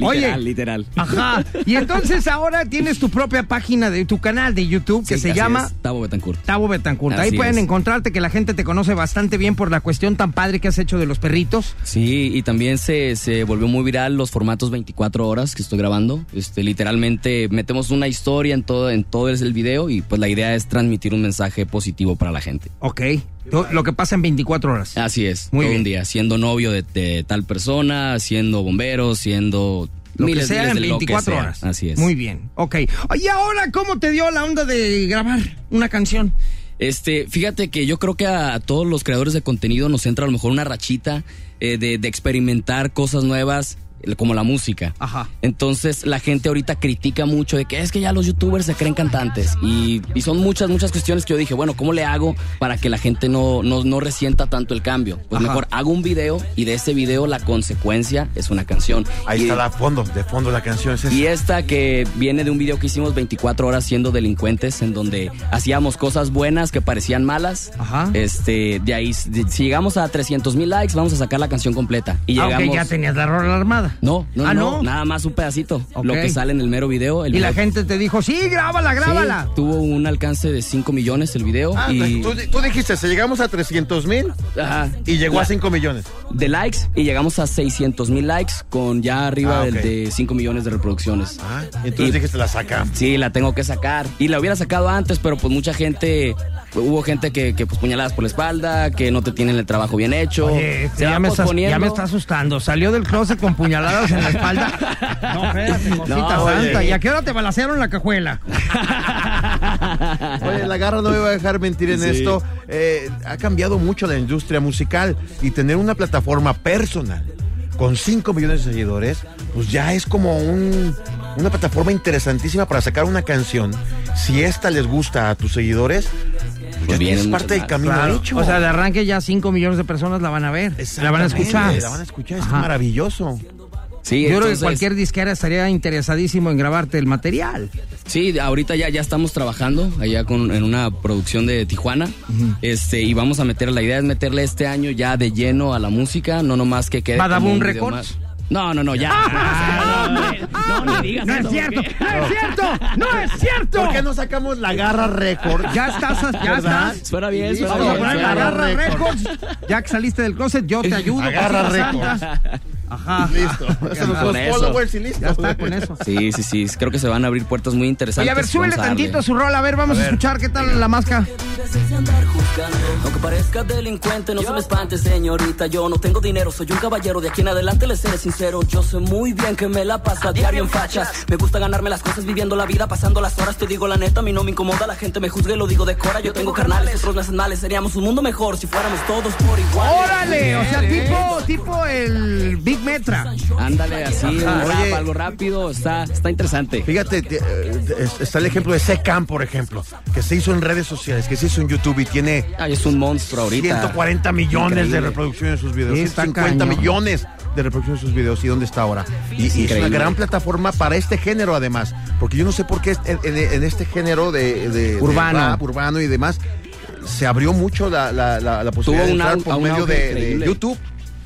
Speaker 3: Oye.
Speaker 5: Literal, literal.
Speaker 3: Ajá. Y entonces ahora tienes tu propia página de tu canal de YouTube que
Speaker 5: Sí,
Speaker 3: se
Speaker 5: así
Speaker 3: llama
Speaker 5: es, Tabo Betancourt.
Speaker 3: Tavo Betancourt. Ahí
Speaker 5: Así
Speaker 3: pueden
Speaker 5: es.
Speaker 3: encontrarte que la gente te conoce bastante bien por la cuestión tan padre que has hecho de los perritos.
Speaker 5: Sí, y también se, se volvió muy viral los formatos 24 horas que estoy grabando. Este, literalmente metemos una historia en todo, en todo el video y pues la idea es transmitir un mensaje positivo para la gente.
Speaker 3: Ok. Lo, lo que pasa en 24 horas.
Speaker 5: Así es,
Speaker 3: Muy
Speaker 5: todo
Speaker 3: bien.
Speaker 5: un día, siendo novio de, de tal persona, siendo bombero, siendo
Speaker 3: Lo
Speaker 5: miles,
Speaker 3: que sea
Speaker 5: miles
Speaker 3: en
Speaker 5: de lo que
Speaker 3: 24
Speaker 5: sea.
Speaker 3: horas.
Speaker 5: Así es.
Speaker 3: Muy bien. Ok. Y ahora, ¿cómo te dio la onda de grabar una canción?
Speaker 5: Este, fíjate que yo creo que a, a todos los creadores de contenido nos entra a lo mejor una rachita eh, de, de experimentar cosas nuevas. como la música.
Speaker 3: Ajá.
Speaker 5: Entonces la gente ahorita critica mucho de que es que ya los youtubers se creen cantantes y, y son muchas, muchas cuestiones que yo dije, bueno, ¿cómo le hago para que la gente no, no, no resienta tanto el cambio? Pues
Speaker 3: Ajá.
Speaker 5: mejor hago un video y de ese video la consecuencia es una canción.
Speaker 6: Ahí
Speaker 5: Y-
Speaker 6: está la fondo, de fondo la canción es esa.
Speaker 5: y esta que viene de un video que hicimos 24 horas siendo delincuentes, en donde hacíamos cosas buenas que parecían malas.
Speaker 3: Ajá.
Speaker 5: Este, de ahí, de- si llegamos a 300 mil likes, vamos a sacar la canción completa. Y llegamos.
Speaker 3: Aunque Ah, ya tenías la rola armada.
Speaker 5: No, no,
Speaker 3: Ah,
Speaker 5: no,
Speaker 3: no.
Speaker 5: Nada más un pedacito.
Speaker 3: Ok.
Speaker 5: Lo que sale en el mero video. El
Speaker 3: Y la
Speaker 5: video-
Speaker 3: gente te dijo, sí, grábala,
Speaker 5: Sí,
Speaker 3: grábala.
Speaker 5: tuvo un alcance de 5 millones el video.
Speaker 6: Ah,
Speaker 5: y,
Speaker 6: tú, tú dijiste, si llegamos a 300 mil
Speaker 5: Ajá.
Speaker 6: y llegó
Speaker 5: La-
Speaker 6: a 5 millones.
Speaker 5: de likes y llegamos a 600 mil likes con ya arriba
Speaker 6: Ah,
Speaker 5: del
Speaker 6: ok.
Speaker 5: de 5 millones de reproducciones.
Speaker 6: Ah, entonces
Speaker 5: Y-
Speaker 6: dijiste, la sacamos.
Speaker 5: Sí, la tengo que sacar. Y la hubiera sacado antes, pero pues mucha gente. Hubo gente que, que pues puñaladas por la espalda, que no te tienen el trabajo bien hecho.
Speaker 3: Oye, este,
Speaker 5: se
Speaker 3: ya
Speaker 5: va
Speaker 3: me, estás-
Speaker 5: posponiendo.
Speaker 3: ya me está asustando. Salió del closet con puñaladas en
Speaker 5: (laughs)
Speaker 3: la espalda. No, espérate, cosita
Speaker 5: No, oye.
Speaker 3: santa. ¿Y a qué hora te balacearon la cajuela?
Speaker 6: (laughs) Oye, la garra no me va a dejar mentir en
Speaker 11: Sí.
Speaker 6: esto. Eh, ha cambiado mucho la industria musical y tener una plataforma personal con 5 millones de seguidores, pues ya es como un- una plataforma interesantísima para sacar una canción. Si esta les gusta a tus seguidores, pues ya
Speaker 5: vienen
Speaker 6: tienes
Speaker 5: muchos
Speaker 6: parte del
Speaker 5: más.
Speaker 6: camino hecho.
Speaker 3: O sea, de arranque ya 5 millones de personas la van a ver. La van a
Speaker 6: Exactamente,
Speaker 3: escuchar.
Speaker 6: La van a escuchar, es
Speaker 3: Ajá.
Speaker 6: maravilloso.
Speaker 5: Sí,
Speaker 3: Yo creo que
Speaker 5: entonces-
Speaker 3: cualquier disquera estaría interesadísimo en grabarte el material.
Speaker 5: Sí, ahorita ya, ya estamos trabajando allá con, en una producción de Tijuana. Este, y vamos a meter, la idea es meterle este año ya de lleno a la música, no nomás que quede. como
Speaker 3: ¿Badabun
Speaker 5: un video
Speaker 3: Records?
Speaker 5: más. No, no, no, ya. no, hombre, no, ni digas
Speaker 3: No es
Speaker 5: eso,
Speaker 3: cierto,
Speaker 5: porque-
Speaker 3: no es cierto, no es cierto.
Speaker 6: ¿Por qué no sacamos la garra (laughs) récord?
Speaker 3: Ya estás, ya
Speaker 6: ¿Verdad?
Speaker 3: estás.
Speaker 5: Suena bien, suena
Speaker 3: Vamos a
Speaker 5: bien.
Speaker 3: poner la
Speaker 5: suena bien.
Speaker 3: garra
Speaker 6: Records.
Speaker 3: récords. Ya que saliste del closet, yo te ayudo.
Speaker 6: Agarra
Speaker 3: cositas
Speaker 6: récords.
Speaker 3: santas. Ajá.
Speaker 6: Listo. Se nos
Speaker 5: Con
Speaker 6: los
Speaker 5: eso.
Speaker 6: followers y listo.
Speaker 3: Ya está con eso.
Speaker 5: Sí, sí, sí. Creo que se van a abrir puertas muy interesantes. eh.
Speaker 3: Oye, a ver,
Speaker 5: Vamos
Speaker 3: súbele
Speaker 5: a darle.
Speaker 3: tantito su rol. A ver, vamos a, escuchar qué tal la máscara.
Speaker 12: Desees de andar juzgando. Aunque parezca delincuente, no se me espante, señorita. Yo no tengo dinero, soy un caballero. De aquí en adelante les seré sincero. Yo sé muy bien que me la paso a diario en fachas. Me gusta ganarme las cosas viviendo la vida, pasando las horas. Te digo la neta, a mí no me incomoda. La gente me juzga y lo digo de cora. Yo tengo carnales, otros nacionales. Seríamos un mundo mejor si fuéramos todos por igual.
Speaker 3: ¡Órale! O sea, tipo, tipo el Big Metra.
Speaker 5: Ándale, así, un
Speaker 6: Oye.
Speaker 5: rap, algo rápido. Está, está interesante.
Speaker 6: Fíjate, te- eh, es- está el ejemplo de Secam, por ejemplo, que se hizo en redes sociales, que se hizo en YouTube y tiene
Speaker 5: Ay, es un monstruo ahorita.
Speaker 6: 140 millones de
Speaker 5: Increíble.
Speaker 6: reproducciones de sus videos.
Speaker 3: Sí, está
Speaker 6: 150
Speaker 3: cañón.
Speaker 6: millones de reproducciones de sus videos. ¿Y dónde está ahora? Y, y es una
Speaker 5: Increíble.
Speaker 6: gran plataforma para este género, además. Porque yo no sé por qué en, en- en este género de, de- de
Speaker 3: Urbano.
Speaker 6: rap, urbano y demás se abrió mucho la, la- la- la posibilidad
Speaker 5: Pues un
Speaker 6: de entrar
Speaker 5: au-
Speaker 6: por
Speaker 5: un
Speaker 6: medio
Speaker 5: auge
Speaker 6: de- de
Speaker 5: increíble.
Speaker 6: YouTube.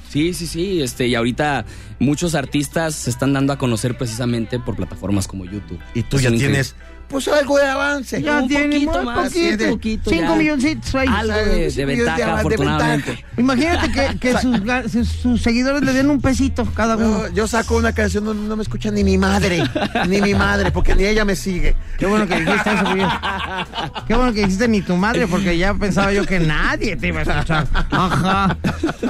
Speaker 5: Sí, sí, sí. Este, y ahorita muchos artistas se están dando a conocer precisamente por plataformas como YouTube.
Speaker 6: Y tú
Speaker 5: Es
Speaker 6: ya
Speaker 5: increíble.
Speaker 6: tienes, pues algo de avance.
Speaker 5: Ya
Speaker 6: Un
Speaker 5: tiene
Speaker 6: poquito
Speaker 5: muy
Speaker 6: más,
Speaker 5: poquito,
Speaker 6: tiene-
Speaker 5: poquito
Speaker 3: Cinco
Speaker 5: ya.
Speaker 3: milloncitos ahí.
Speaker 5: Algo de, de
Speaker 6: de
Speaker 5: ventaja,
Speaker 6: ventaja.
Speaker 5: afortunadamente.
Speaker 3: Imagínate que,
Speaker 5: (laughs)
Speaker 3: que sus, ga- sus- sus seguidores le den un pesito cada uno.
Speaker 6: No, yo saco una canción, no, no me escucha ni mi madre, ni mi madre, porque ni ella me sigue.
Speaker 3: Qué bueno que dijiste eso, güey. Qué bueno que dijiste ni tu madre, porque ya pensaba yo que nadie te iba a escuchar. Ajá.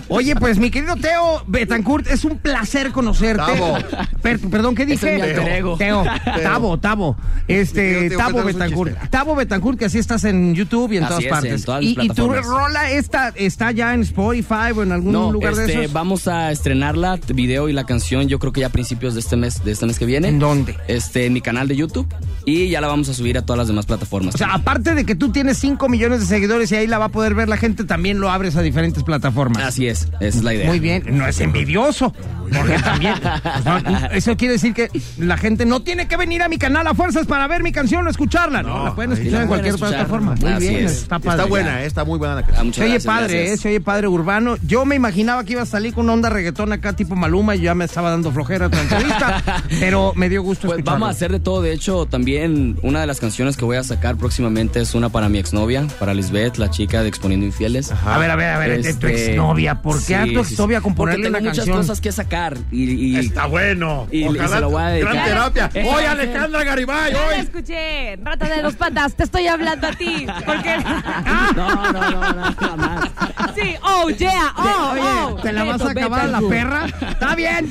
Speaker 3: Oye, pues mi querido Teo Betancourt, es un placer conocerte.
Speaker 6: Tavo.
Speaker 3: Per- perdón, ¿qué dije?
Speaker 5: mi alter ego.
Speaker 3: Teo. Tavo, Tavo. Este,
Speaker 6: Mi querido Teo,
Speaker 3: Tavo
Speaker 6: cuéntanos un
Speaker 3: Betancourt.
Speaker 6: chiste.
Speaker 3: Tavo Betancourt, que así estás en YouTube y en
Speaker 5: Así
Speaker 3: todas
Speaker 5: es, en
Speaker 3: partes.
Speaker 5: todas
Speaker 3: y,
Speaker 5: las
Speaker 3: y tu
Speaker 5: plataformas.
Speaker 3: rola esta, está ya en Spotify o en algún
Speaker 5: No,
Speaker 3: lugar
Speaker 5: este,
Speaker 3: de esos.
Speaker 5: vamos a estrenarla, t- video y la canción, yo creo que ya a principios de este mes, de este mes que viene.
Speaker 3: ¿En dónde?
Speaker 5: Este, en mi canal de YouTube. Y ya la vamos a subir a todas las demás plataformas.
Speaker 3: O sea, aparte de que tú tienes 5 millones de seguidores y ahí la va a poder ver la gente, también lo abres a diferentes plataformas.
Speaker 5: Así es, esa es la idea.
Speaker 3: Muy bien, Este, no es envidioso. Porque también. pues, no, (laughs) eso quiere decir que la gente no tiene que venir a mi canal a fuerzas para ver mi canción o escucharla. No, la pueden
Speaker 5: ahí la
Speaker 3: escuchar
Speaker 5: pueden
Speaker 3: en cualquier
Speaker 5: escuchar.
Speaker 3: plataforma. Muy
Speaker 5: Así
Speaker 3: bien,
Speaker 5: es.
Speaker 3: está padre.
Speaker 6: Está buena, eh, está muy buena la
Speaker 5: Ah,
Speaker 6: canción.
Speaker 5: muchas
Speaker 3: Se oye
Speaker 5: gracias,
Speaker 3: padre,
Speaker 5: gracias.
Speaker 3: eh, se oye padre urbano. Yo me imaginaba que iba a salir con una onda reggaetón acá tipo Maluma y ya me estaba dando flojera tu
Speaker 5: (laughs)
Speaker 3: entrevista, pero me dio gusto
Speaker 5: Pues
Speaker 3: escucharlo.
Speaker 5: vamos a hacer de todo. De hecho, también una de las canciones que voy a sacar próximamente es una para mi exnovia, para Lisbeth, la chica de Exponiendo Infieles.
Speaker 3: A ver, a ver, a ver, de tu
Speaker 5: Este,
Speaker 3: exnovia, ¿por qué a
Speaker 5: sí,
Speaker 3: tu
Speaker 5: sí, sí.
Speaker 3: exnovia
Speaker 5: Porque
Speaker 3: componerle una
Speaker 5: tengo muchas
Speaker 3: canción?
Speaker 5: cosas que sacar y, y-
Speaker 6: Está bueno.
Speaker 5: Y- y se lo voy a dedicar.
Speaker 6: Gran terapia.
Speaker 5: Eh,
Speaker 6: Hoy
Speaker 5: eh,
Speaker 6: Alejandra Garibay,
Speaker 4: Ya la
Speaker 6: hoy.
Speaker 4: escuché, rata de dos patas, te estoy hablando a ti.
Speaker 3: (laughs)
Speaker 4: Porque.
Speaker 5: (laughs) No, no, no, no, jamás.
Speaker 4: Sí, oh, yeah, oh, oh.
Speaker 3: Oye, ¿te la vas a
Speaker 4: Beto,
Speaker 3: acabar a la
Speaker 4: Beto.
Speaker 3: perra? Está bien,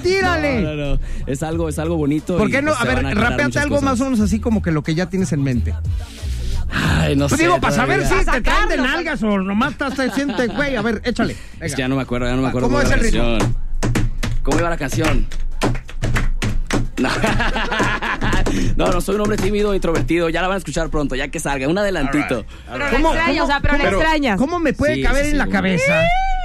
Speaker 5: (laughs)
Speaker 3: tírale.
Speaker 5: No, no, no. Es algo, es algo bonito.
Speaker 3: ¿Por
Speaker 5: y,
Speaker 3: qué no?
Speaker 5: pues,
Speaker 3: A
Speaker 5: se
Speaker 3: ver,
Speaker 5: van aclarar
Speaker 3: rapeate
Speaker 5: muchas
Speaker 3: algo
Speaker 5: cosas.
Speaker 3: más o menos así como que lo que ya tienes en mente.
Speaker 5: Ay, no
Speaker 3: Pues
Speaker 5: sé,
Speaker 3: digo, para saber
Speaker 5: todavía.
Speaker 3: si te
Speaker 4: Para
Speaker 3: traen de
Speaker 4: sacarlo,
Speaker 3: nalgas o nomás estás haciendo, güey. A ver, échale.
Speaker 5: Es
Speaker 3: Venga.
Speaker 5: que ya no me acuerdo, ya no me acuerdo.
Speaker 3: ¿Cómo
Speaker 5: cómo
Speaker 3: es
Speaker 5: iba la
Speaker 3: el ritmo?
Speaker 5: canción. ¿Cómo iba la canción? No. (laughs) no, no, soy un hombre tímido, introvertido. Ya la van a escuchar pronto, ya que salga. Un adelantito.
Speaker 4: Pero no extrañas, o sea, pero no extrañas.
Speaker 3: ¿Cómo me puede
Speaker 5: Sí,
Speaker 3: caber
Speaker 5: sí,
Speaker 3: en la
Speaker 5: sí.
Speaker 3: cabeza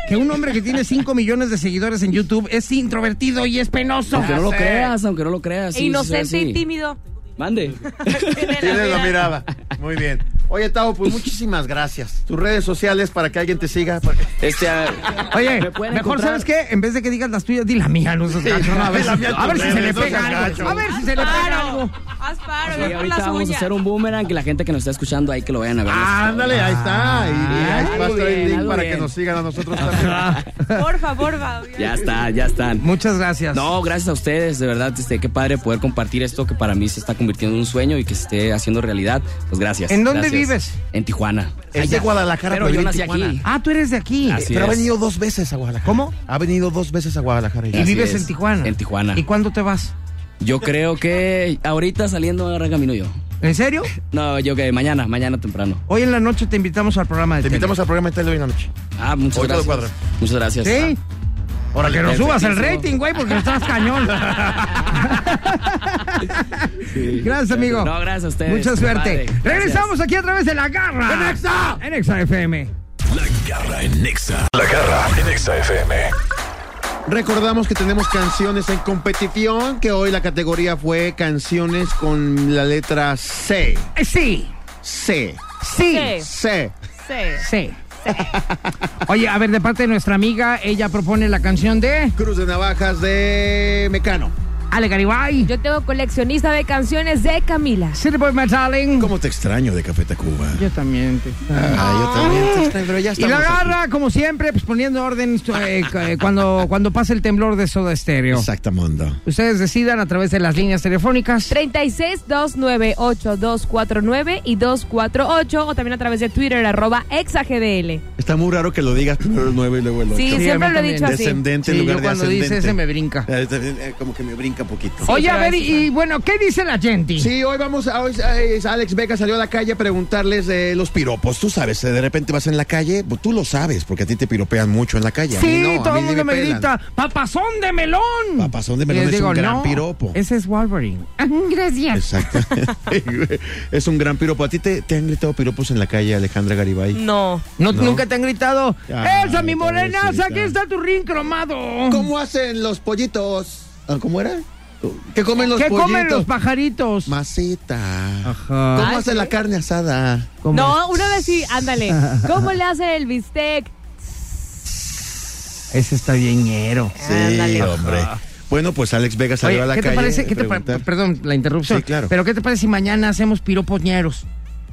Speaker 3: que un hombre que tiene 5 millones de seguidores en YouTube es introvertido y es penoso?
Speaker 5: Aunque no lo
Speaker 3: Sí.
Speaker 5: creas, aunque no lo creas.
Speaker 4: E
Speaker 5: sí,
Speaker 4: inocente
Speaker 5: sí, sí.
Speaker 4: y tímido.
Speaker 5: Mande.
Speaker 8: Tienes la mirada. Muy bien. Oye, Tavo, pues muchísimas gracias. Tus redes sociales para que alguien te siga. para que-
Speaker 5: Este, ah,
Speaker 3: Oye,
Speaker 5: ¿me pueden
Speaker 3: mejor
Speaker 5: encontrar?
Speaker 3: sabes qué, en vez de que digas las tuyas, di la mía, no seas gacho, no, a
Speaker 5: (laughs)
Speaker 3: ver,
Speaker 8: di la
Speaker 3: si-
Speaker 8: mía,
Speaker 3: a ver
Speaker 8: tú,
Speaker 3: si se le
Speaker 8: no seas
Speaker 3: pega algo.
Speaker 8: gacho.
Speaker 3: A ver si se le pega algo.
Speaker 4: Paro. Haz paro,
Speaker 5: Sí,
Speaker 4: ve por
Speaker 5: ahorita
Speaker 4: las
Speaker 5: vamos a
Speaker 4: uñas.
Speaker 5: hacer un boomerang que la gente que nos está escuchando ahí que lo vayan a ver.
Speaker 3: Ah.
Speaker 8: Ándale, ahí está. Y- Y
Speaker 5: Ah,
Speaker 8: ahí va a
Speaker 5: algo
Speaker 8: estar el
Speaker 5: bien,
Speaker 8: link
Speaker 5: algo
Speaker 8: para
Speaker 5: bien.
Speaker 8: que nos sigan a nosotros también.
Speaker 4: Por favor, va.
Speaker 5: Ya está, ya están.
Speaker 3: Muchas gracias.
Speaker 5: No, gracias a ustedes, de verdad, este, qué padre poder compartir esto que para mí se está convirtiendo en un sueño y que se esté haciendo realidad. Pues gracias.
Speaker 3: ¿En dónde
Speaker 5: gracias.
Speaker 3: vives?
Speaker 5: En Tijuana.
Speaker 8: Es de Guadalajara,
Speaker 5: Pero
Speaker 8: pero
Speaker 5: yo
Speaker 8: vive
Speaker 5: nací
Speaker 8: en Tijuana.
Speaker 5: aquí.
Speaker 3: Ah, tú eres de aquí.
Speaker 5: Así
Speaker 8: Pero ha
Speaker 5: es.
Speaker 8: venido dos veces a Guadalajara.
Speaker 3: ¿Cómo?
Speaker 8: Ha venido dos veces a Guadalajara.
Speaker 3: Y
Speaker 5: Así
Speaker 3: vives
Speaker 5: es,
Speaker 3: en Tijuana.
Speaker 5: en Tijuana.
Speaker 3: ¿Y cuándo te vas?
Speaker 5: Yo creo que ahorita saliendo ahora camino yo.
Speaker 3: ¿En serio?
Speaker 5: No, yo que mañana, mañana temprano.
Speaker 3: Hoy en la noche te invitamos al programa de
Speaker 8: Te
Speaker 3: tele.
Speaker 8: invitamos al programa de tele hoy en la noche.
Speaker 5: Ah, muchas
Speaker 8: Hoy todo cuadra.
Speaker 5: gracias. Muchas gracias. Ah.
Speaker 3: ¿Sí?
Speaker 8: Ahora
Speaker 3: Que nos subas el rating, güey, porque estás
Speaker 5: (laughs)
Speaker 3: cañón. Gracias, amigo.
Speaker 5: No, gracias a ustedes.
Speaker 3: Mucha
Speaker 5: Qué
Speaker 3: suerte.
Speaker 5: padre.
Speaker 3: Regresamos aquí a través de la garra. En Exa. En Exa FM.
Speaker 2: La garra en Nexa. La garra en Nexa FM.
Speaker 8: Recordamos que tenemos canciones en competición, que hoy la categoría fue canciones con la letra C.
Speaker 3: Eh, Sí.
Speaker 8: C.
Speaker 3: Sí.
Speaker 4: Sí.
Speaker 8: C.
Speaker 4: Sí.
Speaker 3: Sí. Oye, a ver, de parte de nuestra amiga, ella propone la canción de
Speaker 8: Cruz de Navajas de Mecano.
Speaker 3: Ale Garibay.
Speaker 4: Yo tengo coleccionista de canciones de Camila.
Speaker 3: City Boy My Darling.
Speaker 6: ¿Cómo te extraño de Café Tacuba?
Speaker 3: Yo también. te-
Speaker 8: yo también te extraño, pero ya
Speaker 3: Y la garra, como siempre, pues poniendo orden eh, cu- eh, cuando, cuando pasa el temblor de Soda Estéreo.
Speaker 6: Exactamundo.
Speaker 3: Ustedes decidan a través de las líneas telefónicas.
Speaker 4: 36 298 249 y 248 o también a través de Twitter arroba exagdl.
Speaker 6: Está muy raro que lo digas primero el 9 y luego el 8.
Speaker 4: Sí,
Speaker 3: yo
Speaker 4: siempre lo he
Speaker 3: también.
Speaker 4: dicho así.
Speaker 6: Descendente en
Speaker 3: Sí,
Speaker 6: lugar
Speaker 3: yo
Speaker 6: de
Speaker 3: cuando
Speaker 6: ascendente.
Speaker 3: dice ese me brinca.
Speaker 6: Eh, eh, Como que me brinca poquito.
Speaker 3: Oye, a
Speaker 4: pero
Speaker 3: ver,
Speaker 4: es-
Speaker 3: y, y bueno, ¿qué dice la gente?
Speaker 8: Sí, hoy vamos a. Hoy, eh, Alex Vega salió a la calle a preguntarles de los
Speaker 6: Piropos, tú sabes, eh, de repente vas en la calle, pues, tú lo sabes, porque a ti te piropean mucho en la calle. a mí
Speaker 3: Sí,
Speaker 6: no, a
Speaker 3: todo
Speaker 6: mí
Speaker 3: el
Speaker 6: ni
Speaker 3: mundo me
Speaker 6: pelan.
Speaker 3: grita, papazón de melón.
Speaker 6: Papazón de melón
Speaker 3: Les
Speaker 6: es
Speaker 3: digo,
Speaker 6: un gran
Speaker 3: no,
Speaker 6: piropo.
Speaker 3: Ese
Speaker 4: (laughs)
Speaker 3: es Wolverine. Ah, Gracias.
Speaker 6: Exacto. (laughs) es un gran piropo. ¿A ti te, te han gritado piropos en la calle, Alejandra Garibay?
Speaker 4: No.
Speaker 3: No,
Speaker 6: ¿No?
Speaker 3: Nunca te han gritado,
Speaker 6: Ay,
Speaker 3: Elsa, mi morenaza,
Speaker 6: pobrecita.
Speaker 3: aquí está tu ring cromado.
Speaker 8: ¿Cómo hacen los pollitos?
Speaker 6: Ah, ¿Cómo era?
Speaker 8: ¿Qué comen los
Speaker 3: ¿Qué
Speaker 8: pollitos?
Speaker 3: comen los pajaritos?
Speaker 6: Maceta.
Speaker 3: Ajá.
Speaker 8: ¿Cómo hacen la carne asada?
Speaker 3: ¿Cómo?
Speaker 4: Ah, No, una vez sí, ándale. ¿Cómo le hace el bistec?
Speaker 3: Ese está bien ñero.
Speaker 6: Sí, hombre. Bueno, pues Alex Vega salió
Speaker 3: Oye,
Speaker 6: a la
Speaker 3: ¿qué te
Speaker 6: calle.
Speaker 3: parece?
Speaker 6: a
Speaker 3: qué te pa-
Speaker 6: preguntar.
Speaker 3: perdón, la interrupción.
Speaker 6: Sí, claro.
Speaker 3: Pero ¿qué te parece si mañana hacemos piropos ñeros?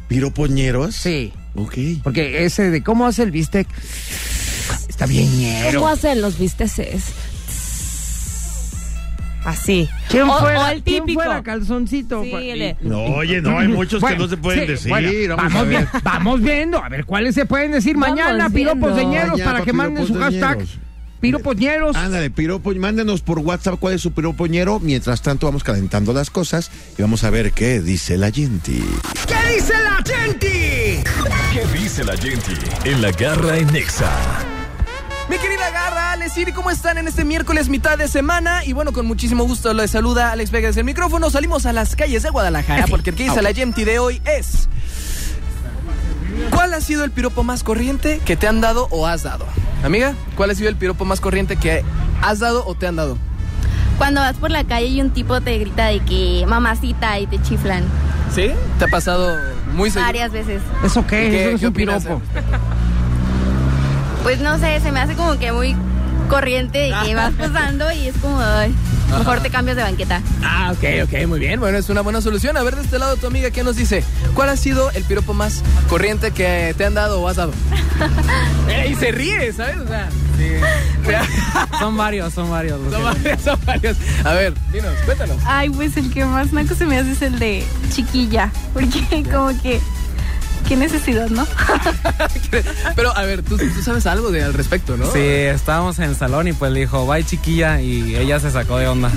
Speaker 6: ¿Piropoñeros?
Speaker 3: Sí.
Speaker 6: Ok.
Speaker 3: Porque ese de cómo hace el bistec está bien
Speaker 4: ¿Cómo
Speaker 3: ñero.
Speaker 4: hacen los bisteces? Así.
Speaker 3: ¿Quién
Speaker 4: o, o
Speaker 3: fuera,
Speaker 4: el
Speaker 3: quién
Speaker 4: típico.
Speaker 3: fuera calzoncito?
Speaker 4: Sí,
Speaker 3: Juan?
Speaker 4: el de-
Speaker 6: No, oye, no,
Speaker 3: (laughs)
Speaker 6: hay muchos
Speaker 3: Bueno,
Speaker 6: que no se pueden
Speaker 3: sí,
Speaker 6: decir.
Speaker 3: bueno, vamos, vi- vamos viendo, a ver cuáles se pueden decir
Speaker 4: Vamos
Speaker 3: mañana,
Speaker 4: viendo.
Speaker 3: piropos de ñeros,
Speaker 8: Mañana,
Speaker 3: para que manden
Speaker 8: piropos
Speaker 3: su
Speaker 8: de
Speaker 3: hashtag.
Speaker 8: ñeros.
Speaker 3: Piropos ñeros.
Speaker 6: Ándale, piropo, mándenos por WhatsApp cuál es su piropoñero. Mientras tanto, vamos calentando las cosas y vamos a ver qué dice la gente.
Speaker 3: ¿Qué dice la gente?
Speaker 2: ¿Qué dice la gente en la garra en Nexa?
Speaker 12: Mi querida Garra, Alex Siri, ¿cómo están en este miércoles mitad de semana? Y bueno, con muchísimo gusto les saluda Alex Vega desde el micrófono. Salimos a las calles de Guadalajara porque el que dice la Yemti de hoy es... ¿Cuál ha sido el piropo más corriente que te han dado o has dado? Amiga, ¿cuál ha sido el piropo más corriente que has dado o te han dado?
Speaker 10: Cuando vas por la calle y un tipo te grita de que mamacita y te chiflan
Speaker 12: ¿Sí? ¿Te ha pasado muy seguido?
Speaker 10: varias veces.
Speaker 3: ¿Eso
Speaker 12: ¿Y
Speaker 3: qué?
Speaker 12: qué-
Speaker 3: Eso no es
Speaker 12: qué
Speaker 3: un
Speaker 12: opinas?
Speaker 3: piropo.
Speaker 10: Pues no sé, se me hace como que muy corriente de que
Speaker 12: (laughs)
Speaker 10: vas pasando y es como, ay, mejor te cambias de banqueta.
Speaker 12: Ah, ok, ok, muy bien. Bueno, es una buena solución. A ver, de este lado, tu amiga, ¿qué nos dice? ¿Cuál ha sido el piropo más corriente que te han dado o has dado? Eh, y se ríe, ¿sabes? O sea,
Speaker 3: Son varios, son varios.
Speaker 12: son varios, son varios. A ver, dinos, cuéntanos.
Speaker 10: Ay, pues el que más naco se me hace es el de chiquilla, porque como que, qué necesidad, ¿no?
Speaker 12: Pero, a ver, tú, tú sabes algo de, al respecto, ¿no?
Speaker 3: estábamos en el salón y pues le dijo, bye chiquilla, y ella se sacó de onda.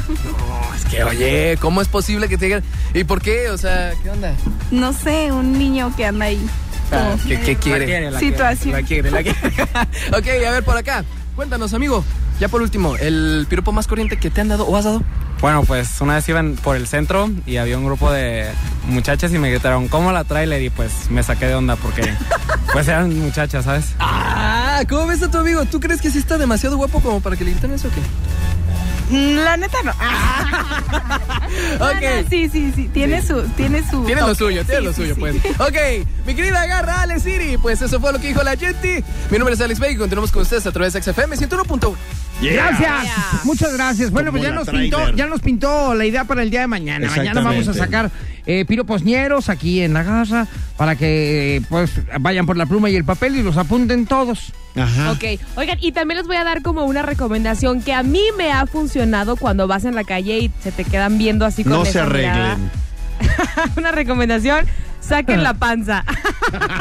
Speaker 12: Es que, oye, ¿cómo es posible que te digan? ¿Y por qué? O sea, ¿qué onda?
Speaker 10: No sé, un niño que anda ahí.
Speaker 12: Ah, ¿Qué, qué quiere?
Speaker 10: Situación.
Speaker 12: quiere, la quiere. ok, a ver, por acá. Cuéntanos, amigo. Ya por último, el piropo más corriente que te han dado o has dado.
Speaker 13: (laughs) Bueno, pues una vez iban por el centro y había un grupo de muchachas y me gritaron, ¿cómo la trailer? Y pues me saqué de onda porque pues eran muchachas, ¿sabes?
Speaker 12: Ah, ¿cómo ves a tu amigo? ¿Tú crees que sí está demasiado guapo como para que le griten eso o qué?
Speaker 10: La neta no. Ah, No, no, sí, sí, sí. Tiene su. Tiene su.
Speaker 12: Tiene lo
Speaker 10: toque.
Speaker 12: suyo, tiene
Speaker 10: Sí,
Speaker 12: lo
Speaker 10: sí,
Speaker 12: suyo,
Speaker 10: sí.
Speaker 12: pues. Ok, mi querida Garra, Alex Siri, pues eso fue lo que dijo la gente. Mi nombre es Alex Vega y continuamos con ustedes a través de XFM 101.1.
Speaker 3: Gracias, muchas gracias. Bueno,
Speaker 12: Como
Speaker 3: pues ya
Speaker 12: la
Speaker 3: nos, pintó,
Speaker 12: trailer.
Speaker 3: ya nos pintó la idea para el día de mañana. Mañana vamos a
Speaker 12: Exactamente.
Speaker 3: sacar eh, piroposñeros aquí en la garra para que eh, pues vayan por la pluma y el papel y los apunten todos. (laughs)
Speaker 6: Ajá.
Speaker 4: Ok, oigan, y también les voy a dar como una recomendación que a mí me ha funcionado cuando vas en la calle y se te quedan viendo así con
Speaker 6: No se
Speaker 4: esa mirada.
Speaker 6: arreglen.
Speaker 4: (laughs) una recomendación, saquen la panza. (laughs)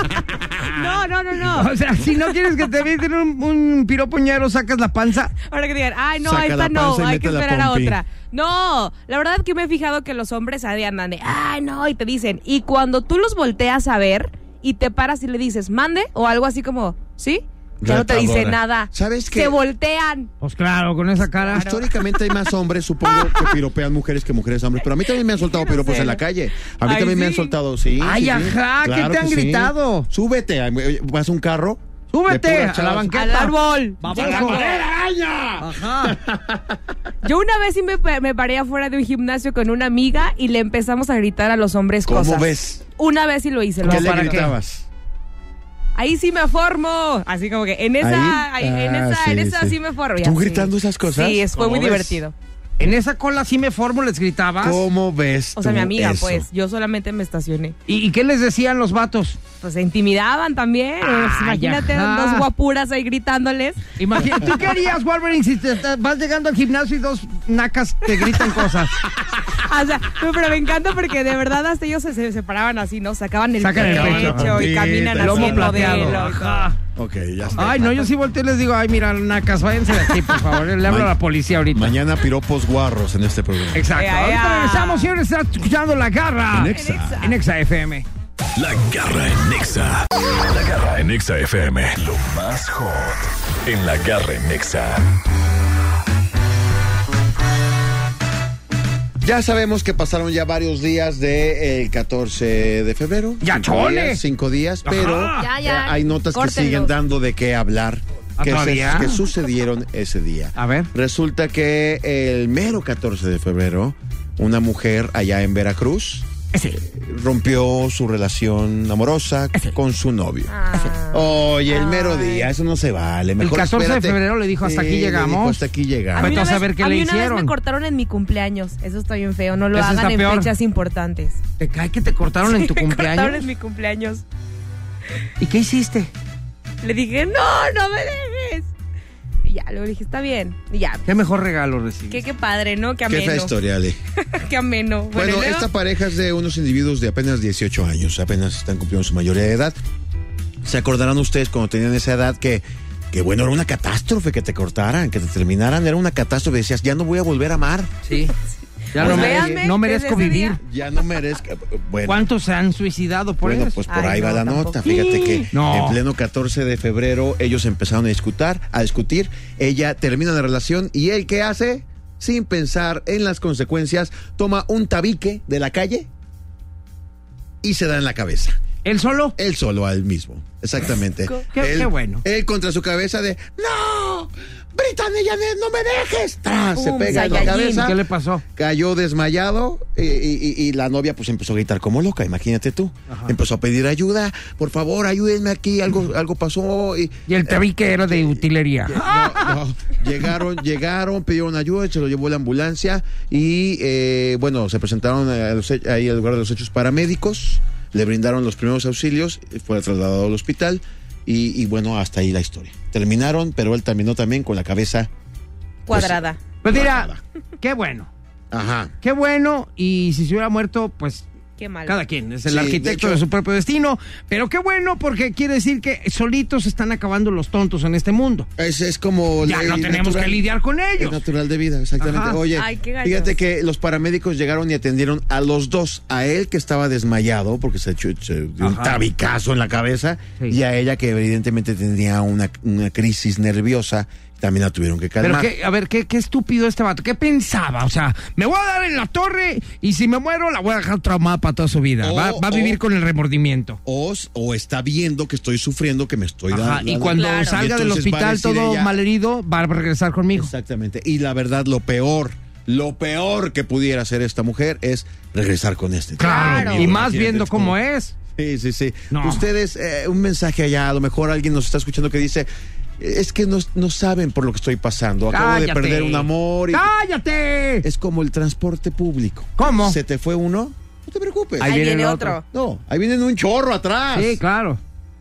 Speaker 4: no, no, no, no.
Speaker 3: O sea, si no quieres que te meten un, un piropoñero, sacas la panza.
Speaker 4: Ahora que digan, ay, no,
Speaker 3: Saca
Speaker 4: a esta
Speaker 3: la
Speaker 4: no,
Speaker 3: panza y
Speaker 4: hay que
Speaker 3: mete la
Speaker 4: esperar a
Speaker 3: pompi.
Speaker 4: otra. No, la verdad que me he fijado que los hombres ahí andan de, ay, no, y te dicen. Y cuando tú los volteas a ver y te paras y le dices, mande, o algo así como, ¿sí? Ya no te
Speaker 6: Retadora.
Speaker 4: dice nada.
Speaker 6: ¿Sabes qué?
Speaker 4: Se voltean.
Speaker 3: Pues claro, con esa cara.
Speaker 6: Históricamente hay más hombres,
Speaker 3: (laughs)
Speaker 6: supongo, que piropean mujeres que mujeres hombres. Pero a mí también me han soltado piropos en la calle. A mí
Speaker 3: Ay,
Speaker 6: también me han
Speaker 3: sí.
Speaker 6: soltado, sí.
Speaker 3: Ay,
Speaker 6: sí, sí.
Speaker 3: ajá, ¿qué te han
Speaker 6: que sí.
Speaker 3: gritado?
Speaker 6: Súbete, ay, oye, vas a un carro.
Speaker 3: Súbete
Speaker 6: de pura
Speaker 3: a la
Speaker 6: chava.
Speaker 3: banqueta. Al árbol.
Speaker 6: Vamos
Speaker 3: Viejo.
Speaker 6: a la madera.
Speaker 3: Ajá.
Speaker 4: Yo una vez sí me, pa- me paré afuera de un gimnasio con una amiga y le empezamos a gritar a los hombres
Speaker 6: ¿Cómo
Speaker 4: cosas.
Speaker 6: ves?
Speaker 4: Una vez sí lo hice.
Speaker 6: ¿Qué
Speaker 4: luego
Speaker 6: le
Speaker 4: para qué.
Speaker 6: gritabas?
Speaker 4: Ahí sí me formo. Así como que en esa,
Speaker 6: Ahí.
Speaker 4: ahí- en
Speaker 6: Ah,
Speaker 4: esa, en
Speaker 6: sí,
Speaker 4: esa
Speaker 6: sí.
Speaker 4: sí me formo. Ya,
Speaker 6: ¿Tú
Speaker 4: sí.
Speaker 6: gritando esas cosas?
Speaker 4: Sí, es- fue
Speaker 6: ¿Cómo
Speaker 4: muy
Speaker 6: ves?
Speaker 4: divertido.
Speaker 3: En esa cola sí me formo, les gritabas.
Speaker 6: ¿Cómo ves?
Speaker 4: O sea,
Speaker 6: tú
Speaker 4: mi amiga,
Speaker 6: eso?
Speaker 4: pues, yo solamente me estacioné.
Speaker 3: ¿Y, y qué les decían los vatos?
Speaker 4: Pues se intimidaban también.
Speaker 6: Ah,
Speaker 4: Pues,
Speaker 3: Ay,
Speaker 4: imagínate
Speaker 3: ajá.
Speaker 4: dos guapuras ahí gritándoles.
Speaker 3: Imagina- ¿Tú qué harías, Wolverine, si te te- vas llegando al gimnasio y dos nacas te gritan cosas?
Speaker 4: O sea, no, pero me encanta porque de verdad hasta ellos se, se separaban así, ¿no? Sacaban el
Speaker 3: Sacan el pecho.
Speaker 4: y caminan
Speaker 3: Lomo
Speaker 4: haciendo de
Speaker 3: plateado.
Speaker 4: lo-
Speaker 3: Ajá.
Speaker 6: Ok, ya está.
Speaker 3: Ay, no, yo sí volteo y les digo, ay, mira, nacas, váyanse de aquí, por favor. Le hablo a la policía ahorita.
Speaker 6: Mañana piropos guarros en este programa.
Speaker 3: Exacto.
Speaker 2: Ea,
Speaker 3: Ahorita
Speaker 2: ea.
Speaker 3: regresamos, señores. Está escuchando la garra.
Speaker 2: En Exa. En Exa.
Speaker 3: En Exa FM.
Speaker 2: La garra en Nexa. La garra en Nexa FM. Lo más hot en la garra en Nexa.
Speaker 6: Ya sabemos que pasaron ya varios días del 14 de febrero.
Speaker 3: ¡Ya,
Speaker 6: Cinco
Speaker 3: chole!
Speaker 6: días, Cinco días, pero eh,
Speaker 3: Ya,
Speaker 4: ya,
Speaker 6: hay notas que
Speaker 4: córtenlos.
Speaker 6: siguen dando de qué hablar.
Speaker 3: ¿Ah,
Speaker 6: Que, se-
Speaker 3: todavía? Ah.
Speaker 6: que sucedieron ese día.
Speaker 3: A ver.
Speaker 6: Resulta que el mero 14 de febrero, una mujer allá en Veracruz
Speaker 3: eh,
Speaker 6: rompió su relación amorosa con su novio. Ah. Oye, el mero día, eso no se vale. Mejor
Speaker 3: 14 de
Speaker 6: espérate.
Speaker 3: febrero le dijo, "Hasta aquí
Speaker 6: Sí, le dijo,
Speaker 3: llegamos".
Speaker 6: hasta aquí
Speaker 4: A
Speaker 6: llegamos.
Speaker 4: mí, una
Speaker 3: Vete a
Speaker 4: vez,
Speaker 3: saber qué
Speaker 4: a
Speaker 3: le
Speaker 4: mí una vez
Speaker 3: hicieron.
Speaker 4: me cortaron en mi cumpleaños. Eso está bien feo. No lo
Speaker 3: Eso
Speaker 4: hagan
Speaker 3: está
Speaker 4: en
Speaker 3: peor.
Speaker 4: fechas importantes.
Speaker 3: ¿Te cae que te cortaron
Speaker 4: (laughs)
Speaker 3: en tu
Speaker 4: Me cortaron en
Speaker 3: cumpleaños?
Speaker 4: mi cumpleaños.
Speaker 3: ¿Y qué hiciste?
Speaker 4: Le dije, no, no me dejes. Y ya, luego le dije, está bien. Y ya.
Speaker 3: ¿Qué mejor regalo recibiste?
Speaker 4: Qué, qué padre, ¿no? Qué
Speaker 6: ¿Qué es la
Speaker 4: ameno.
Speaker 6: historia,
Speaker 3: (laughs)
Speaker 6: Ale?
Speaker 4: (laughs) Qué ameno. Bueno,
Speaker 6: Bueno,
Speaker 4: y luego-
Speaker 6: esta
Speaker 3: pues,
Speaker 6: pareja es de unos individuos de apenas 18 años, apenas están cumpliendo su mayoría de edad. ¿Se acordarán ustedes cuando tenían esa edad que, que bueno, era una catástrofe que te cortaran, que te terminaran? Era una catástrofe, decías, ya no voy a volver a
Speaker 3: (laughs)
Speaker 6: amar.
Speaker 3: Sí. Ya
Speaker 6: Pues
Speaker 3: no, mere-
Speaker 4: véanme
Speaker 3: no
Speaker 4: desde
Speaker 3: merezco
Speaker 4: ese
Speaker 3: vivir.
Speaker 4: día.
Speaker 6: Ya no merezco. Bueno,
Speaker 3: ¿Cuántos se han suicidado por
Speaker 6: bueno,
Speaker 3: eso?
Speaker 6: pues por
Speaker 4: Ay,
Speaker 6: ahí va
Speaker 4: no,
Speaker 6: la
Speaker 4: tampoco.
Speaker 6: nota. Fíjate que
Speaker 3: No.
Speaker 6: en pleno 14 de febrero ellos empezaron a discutir, a discutir. Ella termina la relación y él, ¿qué hace? Sin pensar en las consecuencias, toma un tabique de la calle y se da en la cabeza.
Speaker 3: ¿Él solo?
Speaker 6: Él solo a él mismo. Exactamente.
Speaker 3: Qué- qué
Speaker 6: Él-
Speaker 3: bueno.
Speaker 6: Él contra su cabeza de ¡No! ¡Britannia Janet, no me dejes! ¡Tras! Se
Speaker 4: Un
Speaker 6: pega en la
Speaker 4: Saiyajin.
Speaker 6: cabeza.
Speaker 3: ¿Qué le pasó?
Speaker 6: Cayó desmayado y, y- y- y la novia pues empezó a gritar como loca, imagínate tú. Empezó a pedir ayuda, por favor, ayúdenme aquí, algo, algo pasó. Y,
Speaker 3: Y el tabique era de utilería.
Speaker 6: no, no. Llegaron, llegaron, pidieron ayuda, se lo llevó la ambulancia y eh, bueno, se presentaron a los he- ahí al lugar de los hechos paramédicos, le brindaron los primeros auxilios, eh, fue trasladado al hospital y, y, bueno, hasta ahí la historia. Terminaron, pero él terminó también con la cabeza.
Speaker 4: Cuadrada.
Speaker 3: Pues mira, qué bueno.
Speaker 6: Ajá.
Speaker 3: Qué bueno. Y si se hubiera muerto, pues
Speaker 4: Qué mal.
Speaker 3: cada quien es el
Speaker 6: Sí, de
Speaker 3: arquitecto de,
Speaker 6: hecho-
Speaker 3: su propio destino. Pero qué bueno porque quiere decir que solitos se están acabando los tontos en este mundo.
Speaker 6: Es, es como...
Speaker 3: Ya
Speaker 6: ley
Speaker 3: no tenemos
Speaker 6: Pues natural.
Speaker 3: que lidiar con
Speaker 6: Es
Speaker 3: ellos.
Speaker 6: natural de vida, exactamente.
Speaker 3: Ajá.
Speaker 6: Oye,
Speaker 4: Ay, qué gallos.
Speaker 6: fíjate que los paramédicos llegaron y atendieron a los dos, a él que estaba desmayado porque se, echó- se dio un
Speaker 3: Ajá.
Speaker 6: tabicazo en la cabeza
Speaker 3: Sí.
Speaker 6: y a ella que evidentemente tenía una, una crisis nerviosa También la tuvieron que
Speaker 3: Pero
Speaker 6: calmar.
Speaker 3: qué- a ver, qué, qué estúpido este vato. ¿Qué pensaba? O sea, me voy a dar en la torre y si me muero la voy a dejar traumada para toda su vida. va,
Speaker 6: O-
Speaker 3: va a vivir
Speaker 6: o-
Speaker 3: con el remordimiento.
Speaker 6: O, o está viendo que estoy sufriendo, que me estoy
Speaker 3: Ajá,
Speaker 6: dando.
Speaker 3: y cuando
Speaker 6: Claro.
Speaker 3: salga del
Speaker 6: Entonces va a
Speaker 3: hospital
Speaker 6: decir
Speaker 3: todo
Speaker 6: ella-
Speaker 3: malherido, va a regresar conmigo.
Speaker 6: Exactamente. Y la verdad, lo peor, lo peor que pudiera hacer esta mujer es regresar con este.
Speaker 3: Claro, y más viendo cómo es.
Speaker 6: Sí, sí, sí. Ustedes, eh, un mensaje allá, a lo mejor alguien nos está escuchando que dice, es que no, no saben por lo que estoy pasando, acabo de
Speaker 3: Cállate.
Speaker 6: perder un amor. y-".
Speaker 3: ¡Cállate!
Speaker 6: Es como el transporte público.
Speaker 3: ¿Cómo?
Speaker 6: ¿Se te fue uno? No te preocupes.
Speaker 14: Ahí Ahí viene viene otro. otro.
Speaker 6: No, ahí vienen un chorro atrás.
Speaker 3: Sí, claro.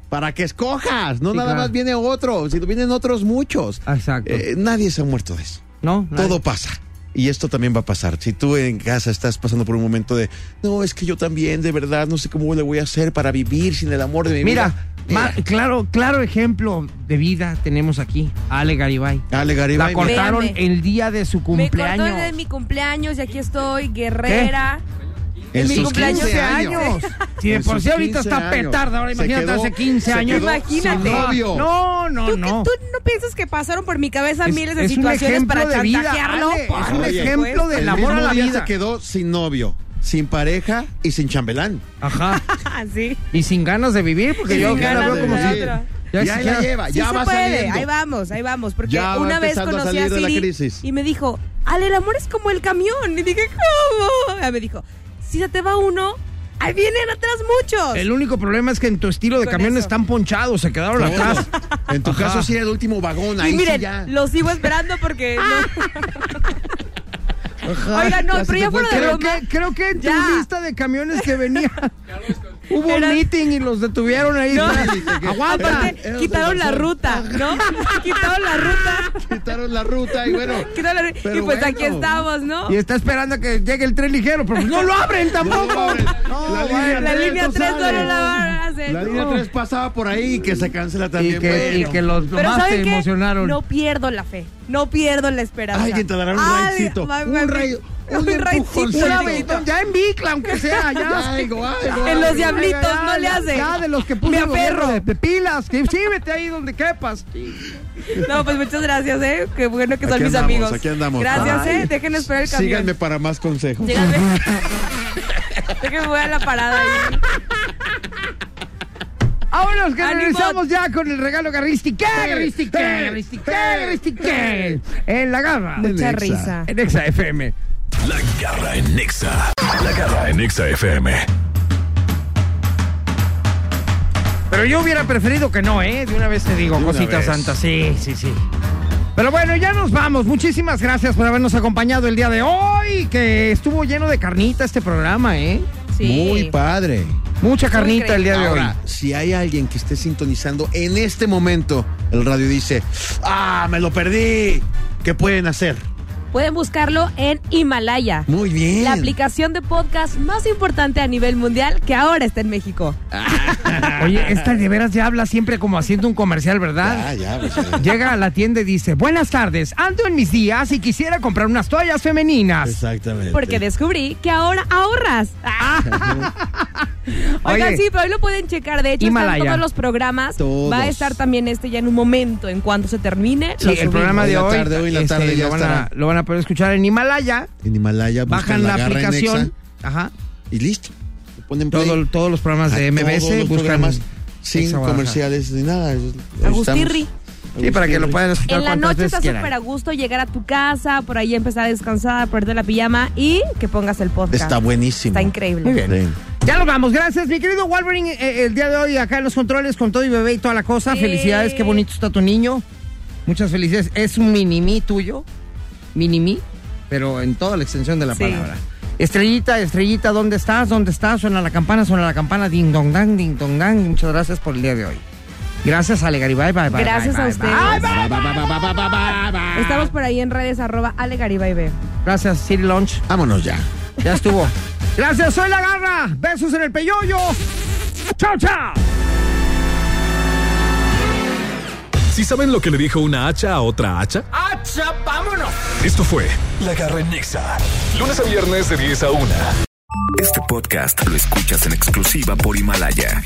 Speaker 6: Para que escojas, no
Speaker 3: Sí,
Speaker 6: nada
Speaker 3: claro. Ah,
Speaker 6: más viene otro, sino vienen otros muchos.
Speaker 3: Exacto.
Speaker 6: Eh, nadie se ha muerto de eso.
Speaker 3: No,
Speaker 6: Todo pasa. Y esto también va a pasar. Si tú en casa estás pasando por un momento de, no, es que yo también, de verdad, no sé cómo le voy a hacer para vivir sin el amor de mi
Speaker 3: Mira,
Speaker 6: vida.
Speaker 3: ma- claro, claro ejemplo de vida tenemos aquí. Ale Garibay.
Speaker 6: Ale
Speaker 3: La
Speaker 6: Garibay.
Speaker 3: cortaron
Speaker 4: Véanme.
Speaker 3: el día de su
Speaker 4: Me cortó
Speaker 3: cumpleaños.
Speaker 4: de mi cumpleaños y aquí estoy, guerrera. En mi
Speaker 3: sus
Speaker 4: cumpleaños
Speaker 3: 15
Speaker 4: de
Speaker 3: años.
Speaker 4: (laughs)
Speaker 3: Si de
Speaker 4: En
Speaker 3: por
Speaker 4: sus
Speaker 3: sí ahorita
Speaker 4: 15
Speaker 3: está
Speaker 4: años.
Speaker 3: petarda, ahora
Speaker 4: Se
Speaker 3: imagínate
Speaker 4: quedó-
Speaker 3: hace 15
Speaker 4: se
Speaker 3: años.
Speaker 4: quedó Imagínate. sin novio.
Speaker 3: No, no,
Speaker 4: ¿Tú,
Speaker 3: no.
Speaker 4: qué- tú no piensas que pasaron por mi cabeza
Speaker 3: Es-
Speaker 4: miles de
Speaker 3: es un
Speaker 4: situaciones
Speaker 3: ejemplo
Speaker 4: para
Speaker 3: de vida,
Speaker 4: chantajearlo?
Speaker 3: Ale,
Speaker 4: Por
Speaker 3: es un
Speaker 4: supuesto. (laughs)
Speaker 3: ejemplo del
Speaker 6: El
Speaker 3: amor a
Speaker 6: mismo
Speaker 3: la
Speaker 6: día
Speaker 3: vida.
Speaker 6: se quedó sin novio, sin pareja y sin chambelán.
Speaker 3: Ajá.
Speaker 4: Ah, sí.
Speaker 3: Y sin ganas de vivir, porque
Speaker 6: Sin
Speaker 3: yo ya la
Speaker 6: ganas
Speaker 3: veo
Speaker 6: de
Speaker 3: como si.
Speaker 6: vivir.
Speaker 3: ya
Speaker 6: Y ahí
Speaker 3: siquiera-
Speaker 6: la lleva,
Speaker 4: Sí
Speaker 6: ya
Speaker 4: se
Speaker 6: va
Speaker 4: puede,
Speaker 6: saliendo.
Speaker 4: ahí vamos, ahí vamos. Porque
Speaker 6: Ya va
Speaker 4: una vez
Speaker 6: empezando a
Speaker 4: conocí a
Speaker 6: salir de la
Speaker 4: Siri
Speaker 6: crisis.
Speaker 4: y me dijo, Ale, el amor es como el camión. Y dije, ¿cómo? Ah, me dijo, si se te va uno, ahí vienen atrás muchos.
Speaker 3: El único problema es que en tu estilo de
Speaker 4: Con
Speaker 3: camión
Speaker 4: eso.
Speaker 3: están ponchados, se quedaron
Speaker 6: Todos.
Speaker 3: atrás.
Speaker 6: En tu
Speaker 3: Ajá.
Speaker 6: caso sí era el último vagón, ahí
Speaker 4: y
Speaker 6: sí
Speaker 4: miren,
Speaker 6: ya.
Speaker 4: lo sigo esperando
Speaker 6: (laughs)
Speaker 4: porque... no-
Speaker 3: Ajá.
Speaker 4: Oigan, no,
Speaker 3: Ya se
Speaker 4: pero
Speaker 3: te
Speaker 4: ya
Speaker 3: fue
Speaker 4: fuera
Speaker 3: el
Speaker 4: de
Speaker 3: creo
Speaker 4: broma.
Speaker 3: que, creo que en
Speaker 4: Ya.
Speaker 3: tu lista de camiones
Speaker 4: (laughs)
Speaker 3: que venía hubo
Speaker 4: Era-
Speaker 3: un meeting y los detuvieron ahí.
Speaker 4: No.
Speaker 3: (laughs)
Speaker 6: Ah,
Speaker 3: Aguanta.
Speaker 4: Aparte, quitaron la ruta,
Speaker 6: (laughs)
Speaker 4: ¿no? quitaron la ruta.
Speaker 6: Quitaron la ruta y
Speaker 3: (laughs)
Speaker 6: bueno.
Speaker 4: Quitaron la ruta. Y
Speaker 6: pero
Speaker 4: pues aquí
Speaker 6: bueno.
Speaker 4: estamos, ¿no?
Speaker 3: Y está esperando que llegue el tren ligero, pero pues no lo abren tampoco. No,
Speaker 6: La
Speaker 3: bueno.
Speaker 6: línea
Speaker 4: La
Speaker 6: tres
Speaker 4: línea
Speaker 6: no
Speaker 4: 3 no
Speaker 6: sale.
Speaker 4: la van a hacer.
Speaker 6: La línea
Speaker 4: No.
Speaker 6: 3 pasaba por ahí y que se cancela
Speaker 3: Y
Speaker 6: también.
Speaker 3: que, y
Speaker 6: bueno.
Speaker 3: que los
Speaker 4: Pero
Speaker 3: más te
Speaker 4: ¿saben qué?
Speaker 3: emocionaron.
Speaker 4: No pierdo la fe. No pierdo la esperanza.
Speaker 6: Alguien te dará un
Speaker 4: Ay,
Speaker 6: raycito,
Speaker 4: va-
Speaker 6: un
Speaker 4: va-
Speaker 6: rayo, un
Speaker 4: un
Speaker 6: empujoncito.
Speaker 4: raycito.
Speaker 3: Una vez, ya en Bicla, aunque sea, ya.
Speaker 6: Algo, algo,
Speaker 4: En los
Speaker 6: algo.
Speaker 4: diablitos no le hace.
Speaker 3: Ya, de los que puse
Speaker 4: Me
Speaker 3: el gobierno
Speaker 4: aferro.
Speaker 3: De, de pilas, que sí, vete ahí donde quepas.
Speaker 4: No, pues muchas gracias, ¿eh? Qué bueno que son
Speaker 6: Aquí
Speaker 4: mis
Speaker 6: andamos,
Speaker 4: amigos.
Speaker 6: aquí andamos.
Speaker 4: Gracias,
Speaker 6: Ay.
Speaker 4: ¿eh? Dejen esperar el camión.
Speaker 6: Síganme para más consejos.
Speaker 4: Síganme. (laughs) Déjenme voy a la parada ahí.
Speaker 3: Vámonos, que
Speaker 4: Ánimo.
Speaker 3: regresamos ya con el regalo garristique, garristique, garristique, garristique. En la garra.
Speaker 4: Mucha risa.
Speaker 3: En Exa FM.
Speaker 2: La garra en Nexa. La garra en Nexa FM.
Speaker 3: Pero yo hubiera preferido que no, ¿eh? De una vez te digo,
Speaker 6: De una
Speaker 3: cositas
Speaker 6: vez.
Speaker 3: santas. Sí, sí, sí. Pero bueno, ya nos vamos. Muchísimas gracias por habernos acompañado el día de hoy, que estuvo lleno de carnita este programa, ¿eh?
Speaker 4: Sí.
Speaker 6: Muy padre.
Speaker 3: Mucha carnita
Speaker 4: increíble.
Speaker 3: el día de hoy.
Speaker 6: Ahora, si hay alguien que esté sintonizando en este momento, el radio dice, ah, me lo perdí. ¿Qué pueden hacer?
Speaker 4: Pueden buscarlo en Himalaya.
Speaker 6: Muy bien.
Speaker 4: La aplicación de podcast más importante a nivel mundial que ahora está en México.
Speaker 3: Oye, esta de veras ya habla siempre como haciendo un comercial, ¿verdad?
Speaker 6: Ah, (laughs) ya, pues, eh.
Speaker 3: Llega a la tienda y dice, buenas tardes, ando en mis días y quisiera comprar unas toallas femeninas.
Speaker 6: Exactamente.
Speaker 4: Porque descubrí que ahora
Speaker 6: (laughs)
Speaker 4: ahorras. Oigan,
Speaker 3: Oye.
Speaker 4: sí, pero ahí lo pueden checar. De hecho,
Speaker 3: Himalaya.
Speaker 4: están todos los programas.
Speaker 6: Todos.
Speaker 4: Va a estar también este ya en un momento, en cuanto se termine.
Speaker 3: Sí,
Speaker 4: lo
Speaker 3: el
Speaker 4: subimos.
Speaker 3: programa
Speaker 6: Hoy
Speaker 3: de
Speaker 6: la
Speaker 3: hoy,
Speaker 6: tarde, hoy la
Speaker 3: este,
Speaker 6: tarde ya
Speaker 3: lo, van a,
Speaker 6: estará.
Speaker 3: lo van a poder escuchar en Himalaya.
Speaker 6: En Himalaya buscan
Speaker 3: Bajan la,
Speaker 6: garra en
Speaker 3: aplicación.
Speaker 6: Exa
Speaker 3: Ajá.
Speaker 6: y listo. Le ponen play
Speaker 3: Todo- todos los
Speaker 6: a
Speaker 3: programas de MBS
Speaker 6: todos los
Speaker 3: buscan
Speaker 6: programas sin
Speaker 3: Exa Guadalajara.
Speaker 6: comerciales ni nada. Ahí
Speaker 4: Agustirri.
Speaker 6: estamos.
Speaker 3: Sí, para que lo puedan escuchar
Speaker 4: En la
Speaker 3: cuantas
Speaker 4: noche
Speaker 3: veces
Speaker 4: está
Speaker 3: quieran.
Speaker 4: súper a gusto llegar a tu casa, por ahí empezar a descansar, ponerte la pijama y que pongas el podcast.
Speaker 6: Está buenísimo.
Speaker 4: Está increíble.
Speaker 3: Muy bien. Ya nos vamos, gracias. Mi querido Wolverine, eh, el día de hoy acá en los controles con todo y bebé y toda la cosa.
Speaker 4: Sí.
Speaker 3: Felicidades, qué bonito está tu niño. Muchas felicidades. Es un mini-mí tuyo, mini-mí, pero en toda la extensión de la
Speaker 4: Sí.
Speaker 3: palabra. Estrellita, estrellita, ¿dónde estás? ¿Dónde estás? Suena la campana, suena la campana, ding dong dang, ding dong dang. Muchas gracias por el día de hoy. Gracias, Ale Garibay. Bye, bye,
Speaker 4: Gracias
Speaker 3: bye,
Speaker 4: a
Speaker 3: bye,
Speaker 4: ustedes.
Speaker 3: bye, bye, bye, bye, bye, bye, bye, bye.
Speaker 4: Estamos por ahí en redes arroba Ale Garibay B.
Speaker 3: Gracias, City Lunch.
Speaker 6: Vámonos ya.
Speaker 4: (laughs)
Speaker 3: Ya estuvo. Gracias, soy la garra. Besos en el peyoyo. Chao, chao.
Speaker 2: Si saben lo que le dijo una hacha a otra hacha,
Speaker 3: ¡Acha, vámonos!
Speaker 2: esto fue La garra en Nexa. Lunes a viernes de 10 a 1.
Speaker 1: Este podcast lo escuchas en exclusiva por Himalaya.